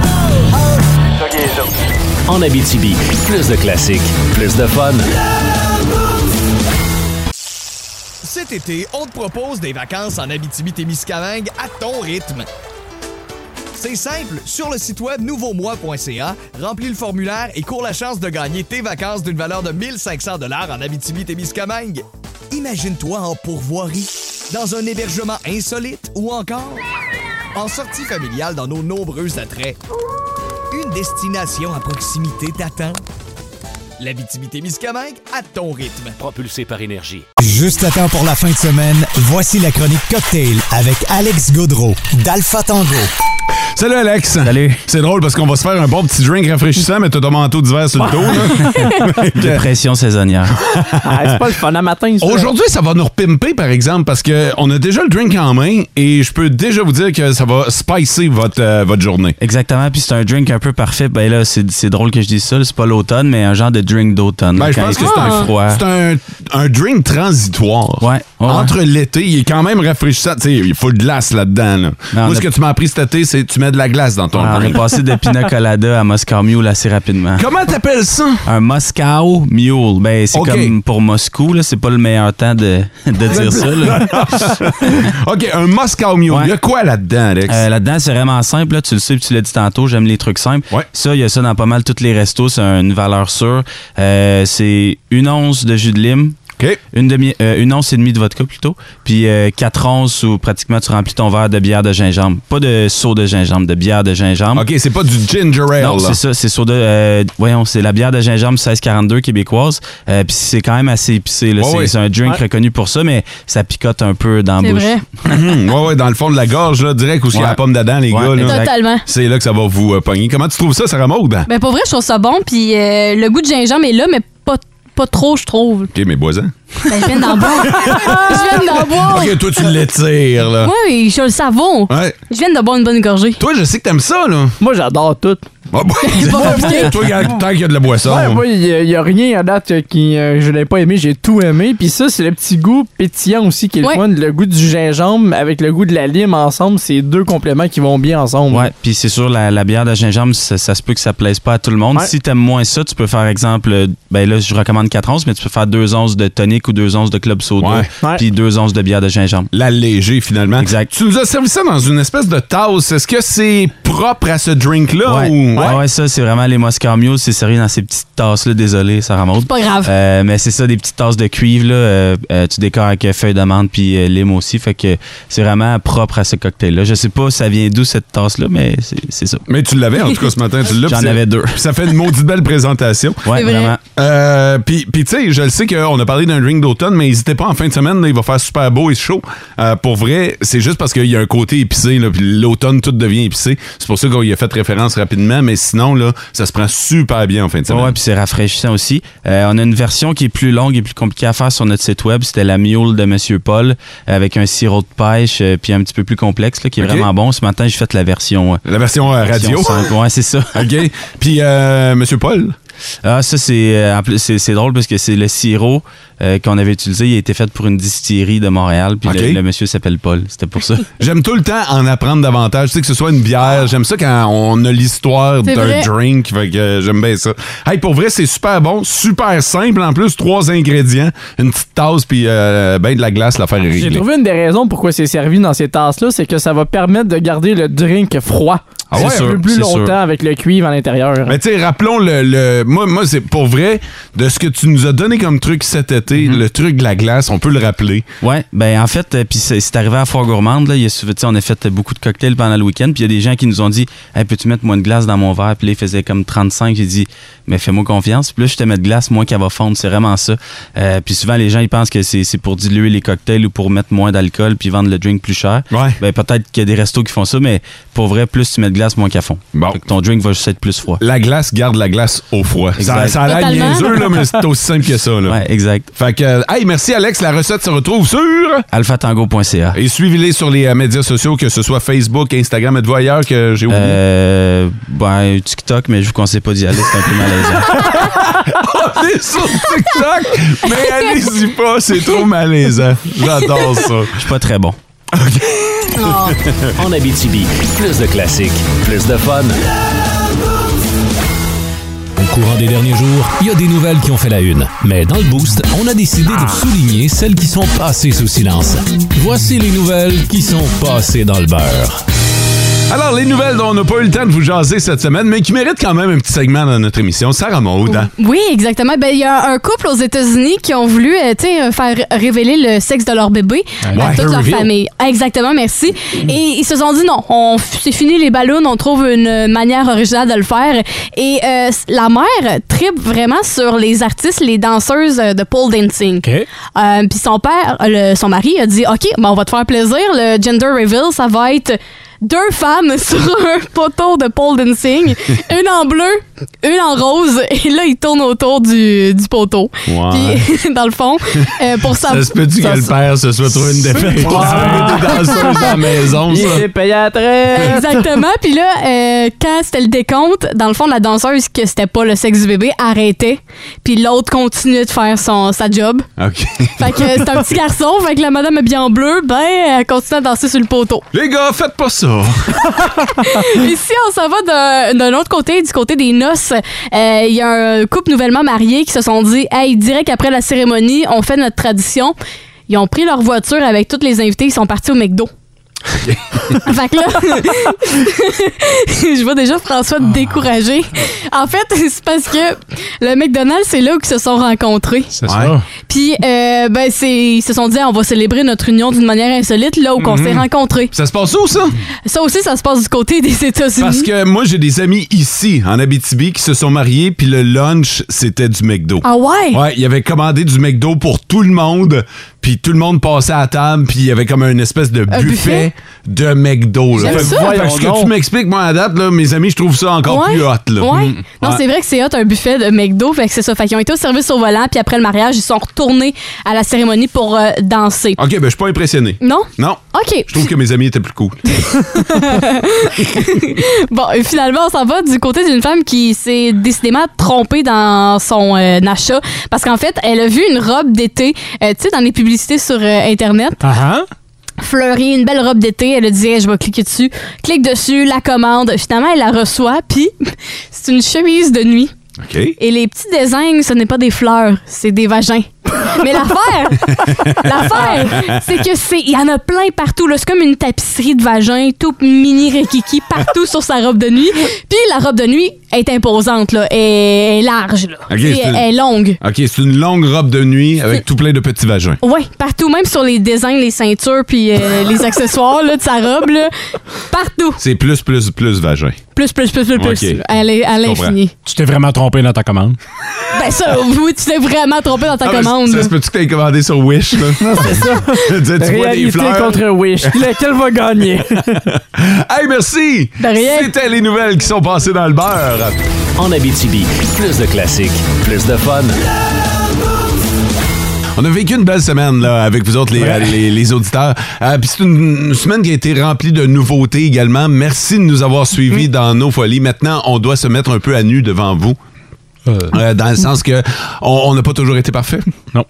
En Abitibi, plus de classiques, plus de fun.
Cet été, on te propose des vacances en Abitibi-Témiscamingue à ton rythme. C'est simple, sur le site web nouveaumois.ca, remplis le formulaire et cours la chance de gagner tes vacances d'une valeur de 1500 dollars en Abitibi-Témiscamingue. Imagine-toi en pourvoirie, dans un hébergement insolite ou encore en sortie familiale dans nos nombreux attraits. Une destination à proximité t'attend. L'Abitibi-Témiscamingue à ton rythme.
Propulsé par Énergie.
Juste à temps pour la fin de semaine, voici la chronique Cocktail avec Alex Godreau d'Alpha Tango.
Salut Alex. Salut. C'est drôle parce qu'on va se faire un bon petit drink rafraîchissant, mais t'as ton manteau d'hiver sur le dos. là.
Dépression saisonnière.
Ah, c'est pas le fun à matin, ça.
Aujourd'hui, ça va nous repimper, par exemple, parce qu'on a déjà le drink en main et je peux déjà vous dire que ça va spicer votre, euh, votre journée.
Exactement, puis c'est un drink un peu parfait. Ben là, c'est c'est drôle que je dise ça, là, c'est pas l'automne, mais un genre de drink d'automne. là,
Ben, je
quand
pense
il
que
fait
c'est un,
froid.
c'est un, un drink transitoire. Entre l'été, il est quand même rafraîchissant. Tu sais, il faut de glace là-dedans. là.
on
Moi,
a-
ce que tu m'as appris cet été, c'est que tu mets de la glace dans ton
Ah, on est
drink.
passé de Pina Colada à Moscow Mule assez rapidement.
Comment t'appelles ça?
Un Moscow Mule. Ben, c'est
Ok.
comme pour Moscou, là, c'est pas le meilleur temps de, de dire ça. là.
OK, un Moscow Mule. Il y a quoi là-dedans, Alex?
Euh, là-dedans, c'est vraiment simple. Là, tu le sais, puis tu l'as dit tantôt, j'aime les trucs simples. Ça, il y a ça dans pas mal tous les restos. C'est une valeur sûre. Euh, c'est une once de jus de lime. Une, demi, euh, une once et demie de vodka plutôt. Puis euh, quatre onces où pratiquement tu remplis ton verre de bière de gingembre. Pas de seau de gingembre, de bière de gingembre.
OK, c'est pas du ginger ale.
Non,
là.
c'est ça, c'est soda. euh, voyons, c'est la bière de gingembre 1642 québécoise. Euh, Puis c'est quand même assez épicé. là.
Ouais,
c'est
ouais.
c'est un drink
Ouais.
reconnu pour ça, mais ça picote un peu dans la
C'est
bouche.
vrai.
Mhm, ouais, ouais, dans le fond de la gorge, là, direct où il y a
Ouais.
la pomme d'Adam, les
Ouais,
gars. Là.
exact. Totalement.
C'est là que ça va vous euh, pogner. Comment tu trouves ça, Sarah Maud?
Ben, pour vrai, je trouve ça bon, puis euh, le goût de gingembre est là, mais pas, pas trop, je trouve.
OK, mais boisant.
Ben, je viens d'en boire. je viens d'en boire.
OK, toi, tu l'étires, là.
Oui, je le savon.
Ouais.
Je viens de boire une bonne gorgée.
Ah. Toi, je sais que t'aimes ça, là.
Moi, j'adore tout.
Ah, bah,
pas compliqué.
toi, quand- tant qu'il y a de la boisson.
Ouais, moi, il n'y a, rien à date euh, qui euh, je n'ai pas aimé, j'ai tout aimé. Puis ça, c'est le petit goût pétillant aussi qui est
Ouais.
le fun. Le goût du gingembre avec le goût de la lime ensemble, c'est deux compléments qui vont bien ensemble.
Ouais, puis c'est sûr, la, la bière de gingembre, ça, ça se peut que ça plaise pas à tout le monde.
Ouais.
Si t'aimes moins ça, tu peux faire, exemple, euh, ben là, je recommande 4 onces, mais tu peux faire 2 onces de tonic ou 2 onces de club soda, puis 2 onces de bière de gingembre.
L'alléger, finalement.
Exact.
Tu nous as servi ça dans une espèce de tasse. Est-ce que c'est propre à ce drink-là?
Ouais.
ou...
Ouais, ouais, ça, c'est vraiment les Moscow Mules, c'est servi dans ces petites tasses-là. Désolé, ça remonte. C'est
pas grave.
Euh, mais c'est ça, des petites tasses de cuivre, là. euh, euh, tu décores avec euh, feuilles d'amande puis euh, lime aussi. Fait que c'est vraiment propre à ce cocktail-là. Je sais pas ça vient d'où cette tasse-là, mais c'est c'est ça.
Mais tu l'avais, en tout cas, ce matin, tu l'as.
J'en
puis ça-
avais deux.
Ça fait une maudite belle présentation.
Ouais, C'est vrai. vraiment.
Euh, puis, puis tu sais, je le sais qu'on a parlé d'un drink camping d'automne, mais n'hésitez pas en fin de semaine, là, il va faire super beau et chaud. Euh, pour vrai, c'est juste parce qu'il y a un côté épicé, là, puis l'automne, tout devient épicé. C'est pour ça qu'on y a fait référence rapidement, mais sinon, là, ça se prend super bien en fin de semaine.
Ouais, puis c'est rafraîchissant aussi. Euh, on a une version qui est plus longue et plus compliquée à faire sur notre site web. C'était la mule de Monsieur Paul euh, avec un sirop de pêche euh, puis un petit peu plus complexe là, qui est
Ok.
vraiment bon. Ce matin, j'ai fait la version. euh,
La version euh, radio.
simple. Ouais, c'est ça.
OK. Puis, euh, Monsieur Paul?
Ah, ça, c'est, euh, en plus, c'est, c'est drôle parce que c'est le sirop euh, qu'on avait utilisé. Il a été fait pour une distillerie de Montréal. Puis le-
OK.
le, monsieur s'appelle Paul. C'était pour ça.
J'aime tout le temps en apprendre davantage. Tu sais, que ce soit une bière, j'aime ça quand on a l'histoire
C'est
d'un
vrai.
drink. Fait que euh, j'aime bien ça. Hey, pour vrai, c'est super bon, super simple. En plus, trois ingrédients, une petite tasse, puis euh, ben de la glace, l'affaire est
J'ai
réglée.
trouvé une des raisons pourquoi c'est servi dans ces tasses-là, c'est que ça va permettre de garder le drink froid.
Ah ouais?
un
C'est
peu
sûr,
plus
c'est
longtemps
sûr.
avec le cuivre à l'intérieur.
Mais tu sais, rappelons le. le- moi, moi c'est pour vrai, de ce que tu nous as donné comme truc cet été, le truc de la glace, on peut le rappeler.
Mhm. Ouais, ben en fait, euh, puis c'est c'est arrivé à Foire Gourmande, là, il y a, tu sais, on a fait euh, beaucoup de cocktails pendant le week-end, puis il y a des gens qui nous ont dit « Hey, peux-tu mettre moins de glace dans mon verre? » Puis là, il faisait comme 35, j'ai dit « Mais fais-moi confiance, puis là, je te mets de glace, moins qu'elle va fondre, c'est vraiment ça. Euh, Puis souvent, les gens, ils pensent que c'est c'est pour diluer les cocktails ou pour mettre moins d'alcool puis vendre le drink plus cher. Ben peut-être qu'il y a des restos qui font ça, mais pour vrai, plus tu mets de glace, moins qu'elle fond. Fait que ton drink va juste être plus froid.
La glace garde la glace au froid. Ça,
Exact.
ça a l'air
Totalement.
niaiseux, là, mais c'est aussi simple que ça. Là.
Ouais, exact.
Fait que, euh, hey, merci Alex. La recette se retrouve sur
alphatango.ca.
ah, Et suivez-les sur les euh, médias sociaux, que ce soit Facebook, Instagram, êtes-vous ailleurs que j'ai oublié?
Euh, ben, TikTok, mais je vous conseille pas d'y aller, c'est un peu malaisant.
On est sur TikTok, mais allez-y pas, Oh, c'est trop malaisant. J'adore ça.
Je suis pas très bon.
en Abitibi, plus de classiques, plus de fun. Au courant des derniers jours, il y a des nouvelles qui ont fait la une. Mais dans le Boost, on a décidé de souligner celles qui sont passées sous silence. Voici les nouvelles qui sont passées dans le beurre.
Alors, les nouvelles dont on n'a pas eu le temps de vous jaser cette semaine, mais qui méritent quand même un petit segment dans notre émission, Sarah Maud. hein?
Oui, exactement. Ben, il y a un couple aux États-Unis qui ont voulu euh, tu sais, euh, faire révéler le sexe de leur bébé
Ouais,
à toute leur
reveal.
famille. Ah, Exactement, merci. Et ils se sont dit non, on, c'est fini les ballons, on trouve une manière originale de le faire. Et euh, la mère tripe vraiment sur les artistes, les danseuses euh, de pole dancing. Euh, Puis son père, euh, le- son mari, a dit OK, ben, on va te faire plaisir, le gender reveal, ça va être deux femmes sur un poteau de pole dancing, une en bleu, une en rose, et là, ils tournent autour du, du poteau.
Ouais.
Puis, dans le fond, euh, pour ça...
Ça se peut-tu que le père se soit trouvé une défaite pour enlever des danseuses à la maison, ça?
Il est payé à la traite.
Exactement. Puis là, euh, quand c'était le décompte, dans le fond, la danseuse que c'était pas le sexe du bébé arrêtait. Puis l'autre continuait de faire son, sa job.
OK.
Fait que euh, c'est un petit garçon. Fait que la madame habillée en bleu, ben, elle continue à danser sur le poteau.
Les gars, faites pas ça.
Et si on s'en va d'un- d'un autre côté, du côté des noces, euh, il y a un couple nouvellement marié qui se sont dit Hey, direct après la cérémonie, on fait notre tradition. Ils ont pris leur voiture avec tous les invités, ils sont partis au McDo. fait que là, je vois déjà François
Ah.
découragé. En fait, c'est parce que le McDonald's, c'est là où ils se sont rencontrés.
C'est ça.
Puis, euh, ben, c'est, ils se sont dit, Ah, on va célébrer notre union d'une manière insolite, là où on s'est
Mhm.
rencontrés.
Ça se passe où, ça?
Ça aussi, ça se passe du côté des États-Unis.
Parce que moi, j'ai des amis ici, en Abitibi, qui se sont mariés, puis le lunch, c'était du McDo.
Ah ouais?
Ouais, ils avaient commandé du McDo pour tout le monde, puis tout le monde passait à la table, puis il y avait comme une espèce de
Un buffet?
buffet, de McDo. là.
J'aime
Fait-
ça.
fait que
Voyons
ce que
donc.
tu m'expliques, moi, à date, là, mes amis, je trouve ça encore
Ouais.
plus hot. Là.
Ouais.
Mm.
Non,
Ouais.
c'est vrai que c'est hot, un buffet de McDo. Fait que c'est ça. Fait qu'ils ont été au service au volant, puis après le mariage, ils sont retournés à la cérémonie pour euh, danser.
OK, ben, je suis pas impressionné.
Non?
Non.
OK.
Je trouve que mes amis étaient plus cool.
Bon, et finalement, on s'en va du côté d'une femme qui s'est décidément trompée dans son euh, achat. Parce qu'en fait, elle a vu une robe d'été, euh, tu sais, dans les publicités sur euh, Internet.
Ah
hein?
fleurie, une belle robe d'été. Elle a dit, Hey, je vais cliquer dessus. Clique dessus, la commande. Finalement, elle la reçoit, puis c'est une chemise de nuit.
OK.
Et les petits designs, ce n'est pas des fleurs, c'est des vagins. Mais l'affaire, l'affaire, c'est que c'est, il y en a plein partout. là. C'est comme une tapisserie de vagin, tout mini rekiki partout sur sa robe de nuit. Puis la robe de nuit est imposante, là, elle est large, là.
OK,
Et
c'est
elle
une-
est longue.
OK, c'est une longue robe de nuit avec tout plein de petits vagins.
Oui, partout, même sur les designs, les ceintures, puis euh, les accessoires là, de sa robe, là, partout.
C'est plus, plus, plus vagin.
Plus, plus, plus, plus, plus.
Ok.
Elle est à
Je
l'infini.
Tu t'es vraiment trompé dans ta commande.
ben ça, oui, tu t'es vraiment trompé dans ta
Ah, mais
commande.
Ça se peut-tu que t'aies commandé sur Wish, là? non, c'est ça. tu vois des
Réalité
fleurs.
contre Wish. Lequel va gagner?
hey, merci! C'était les nouvelles qui sont passées dans le beurre.
En Abitibi, plus de classiques, plus de fun.
On a vécu une belle semaine là, avec vous autres, les, les- les auditeurs. Euh, Puis c'est une, une semaine qui a été remplie de nouveautés également. Merci de nous avoir suivis dans nos folies. Maintenant, on doit se mettre un peu à nu devant vous. Euh, dans le sens que on on n'a pas toujours été parfait. Non.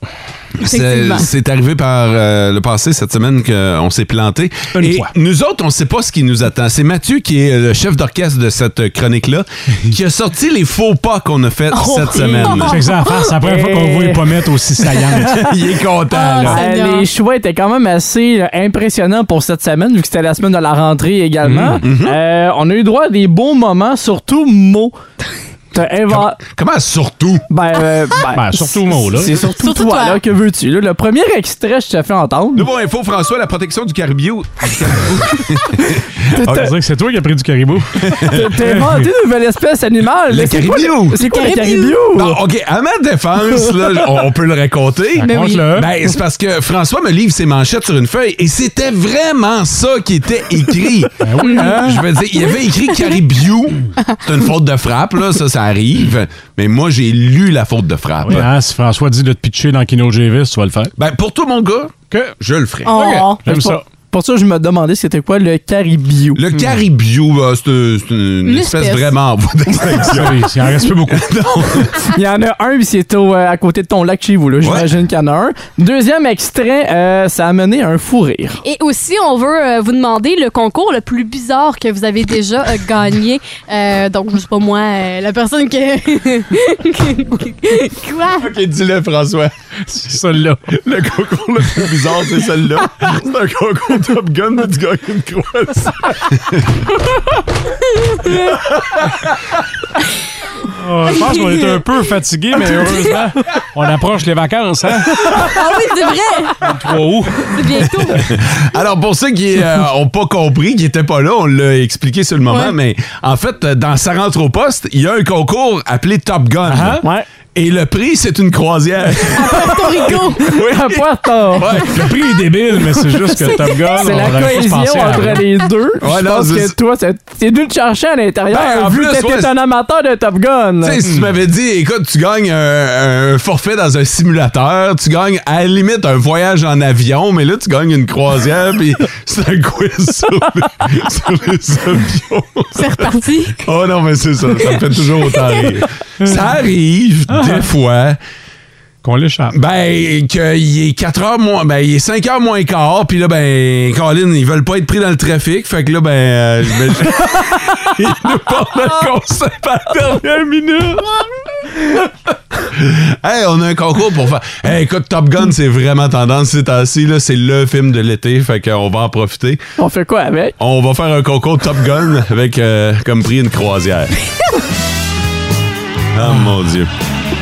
Effectivement.
C'est arrivé par euh, le passé cette semaine qu'on s'est planté. Et nous autres, on ne sait pas ce qui nous attend. C'est Mathieu qui est le chef d'orchestre de cette chronique-là qui a sorti les faux pas qu'on a fait
Oh.
cette semaine.
Check Ah, ça en face, c'est la première fois qu'on voit les pommettes aussi saillantes.
Il est content. là.
Euh, les choix étaient quand même assez euh, impressionnants pour cette semaine, vu que c'était la semaine de la rentrée également.
Mm, mm-hmm.
Euh, on a eu droit à des beaux moments, surtout mots. T'as inven-
Comment surtout?
Ben, euh, ben,
Ben, surtout Mo, là.
C'est surtout,
Surtout
toi,
toi.
là, que veux-tu. là? Le premier extrait, je te fais entendre.
Nouveau info, François, la protection du caribou.
On dirait que c'est toi qui as pris du caribou.
T'as inventé une nouvelle espèce animale.
Le
mais c'est quoi
caribou.
le- C'est quoi le caribou?
Non, oh, OK, à ma défense, là, on, on peut le raconter.
Mais oui. Raconte-le.
Ben, c'est parce que François me livre ses manchettes sur une feuille et c'était vraiment ça qui était écrit.
Ben oui.
Hein? Je veux dire, il y avait écrit caribou. C'est une faute de frappe, là, ça, ça arrive. Mais moi, j'ai lu la faute de frappe.
Oui, hein, si François dit de te pitcher dans Kino Javis, tu vas le faire.
Ben, pour toi, mon gars, je le ferai.
Oh.
OK,
Pour- Pour ça, je me demandais c'était quoi le caribou. Hmm.
Le caribou, ben, c'est un- c'est une,
Une
espèce,
espèce.
vraiment en voie d'extinction.
Oui, il en reste plus beaucoup.
Il y en a un, puis c'est au, euh, à côté de ton lac chez vous, là. J'imagine qu'il y en a un. Deuxième extrait, euh, ça a mené à un fou rire.
Et aussi, on veut euh, vous demander le concours le plus bizarre que vous avez déjà euh, gagné. Euh, donc, je sais pas moi, euh, la personne qui... Quoi?
OK, dis-le, François.
C'est celle-là.
Le concours le plus bizarre, c'est celle-là. C'est un concours Top Gun, mais tu gagnes une croix.
Oh, je pense qu'on est un peu fatigué, mais heureusement, on approche les vacances, hein?
ah oui, c'est vrai!
3 août.
C'est bientôt.
Alors, pour ceux qui n'ont pas compris, qui n'étaient pas là, on l'a expliqué sur le moment,
Ouais.
mais en fait, euh, dans Sa rentre au poste, il y a un concours appelé Top Gun.
Ah, hein?
Et le prix, c'est une croisière.
Puerto Rico!
Oui.
À Puerto!
Le prix est débile, mais c'est juste que Top Gun,
C'est
on
la
aurait juste
cohésion
pensé à-
entre les deux.
Ouais,
je
non,
pense
c'est
que
ça.
toi, c'est- c'est dû te chercher à l'intérieur,
Ben, en
vu
plus,
que t'es
ouais,
un amateur de Top Gun.
Tu sais, si tu m'avais dit, écoute, tu gagnes un, un forfait dans un simulateur, tu gagnes à la limite un voyage en avion, mais là, tu gagnes une croisière, puis c'est un quiz sur les, sur les avions.
C'est reparti.
Oh non, mais c'est ça, ça me fait toujours autant rire. Ça arrive, des fois.
Ah. Qu'on l'échappe.
Ben, qu'il est 4 heures moins. Ben, il est 5 heures moins quart, puis là, ben, Colin, ils veulent pas être pris dans le trafic, fait que là, ben, euh, je me- ils nous portent
Ah.
le conseil par la dernière minute. Hey, on a un concours pour faire. Hey, écoute, Top Gun, c'est vraiment tendance ces temps-ci. là. C'est le film de l'été, fait qu'on va en profiter.
On fait quoi avec?
On va faire un concours Top Gun avec euh, comme prix une croisière. oh mon Dieu.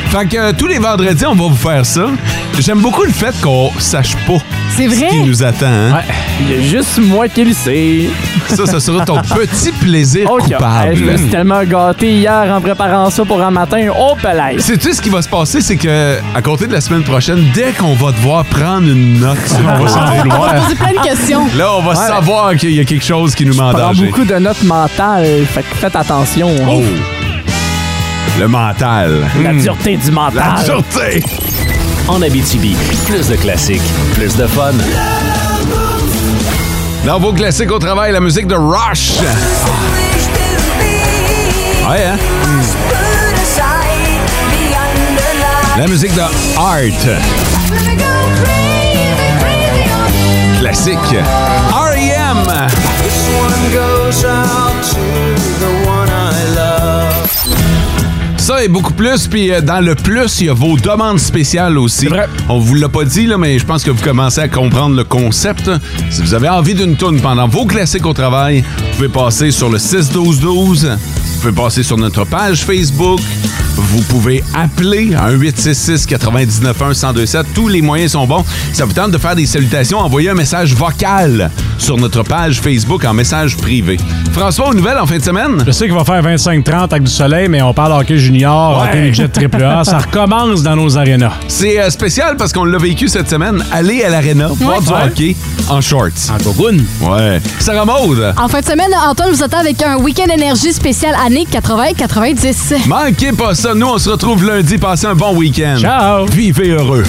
Fait que euh, tous les vendredis, on va vous faire ça. J'aime beaucoup le fait qu'on sache pas
C'est vrai?
ce qui nous attend. hein.
Il y a juste moi qui le sais.
Ça, ça sera ton petit plaisir
Ok.
coupable.
Hey, je me suis tellement gâté hier en préparant ça pour un matin. Oh, palais!
Sais-tu ce qui va se passer? C'est que, à compter de la semaine prochaine, dès qu'on va devoir prendre une note, on va s'en
Ah, On va
éloigner.
poser plein de questions.
Là, on va
Ouais.
savoir qu'il y a quelque chose qui nous met en
Pendant
danger.
beaucoup de notes mentales, fait que faites attention. hein.
Oh! Le mental. Hmm.
La dureté du mental.
La dureté!
En Abitibi, plus de classiques, plus de fun.
Dans vos classiques au travail, la musique de Rush. Ouais, hein?
Hmm.
La musique de Art. Classique. R.E.M. Ça et beaucoup plus. Puis euh, dans le plus, il y a vos demandes spéciales aussi. On vous l'a pas dit, là, mais je pense que vous commencez à comprendre le concept. Si vous avez envie d'une tourne pendant vos classiques au travail, vous pouvez passer sur le 6-12-12. Vous pouvez passer sur notre page Facebook. Vous Vous pouvez appeler à 1-866-991-1027. Tous les moyens sont bons. Ça vous tente de faire des salutations, envoyez un message vocal sur notre page Facebook en message privé. François, aux nouvelles en fin de semaine?
Je sais qu'il va faire 25-30 avec du soleil, mais on parle hockey junior,
Ouais.
hockey midget triple A. Ça recommence dans nos arénas.
C'est euh, spécial parce qu'on l'a vécu cette semaine. Aller à l'aréna, voir du
Ouais.
hockey en shorts. En cocoon. Ouais. Sarah Maude.
En fin de semaine, Antoine vous attend avec un week-end énergie spécial année 80-90.
Manquez pas ça. Nous, on se retrouve lundi. Passez un bon week-end. Ciao. Vivez heureux.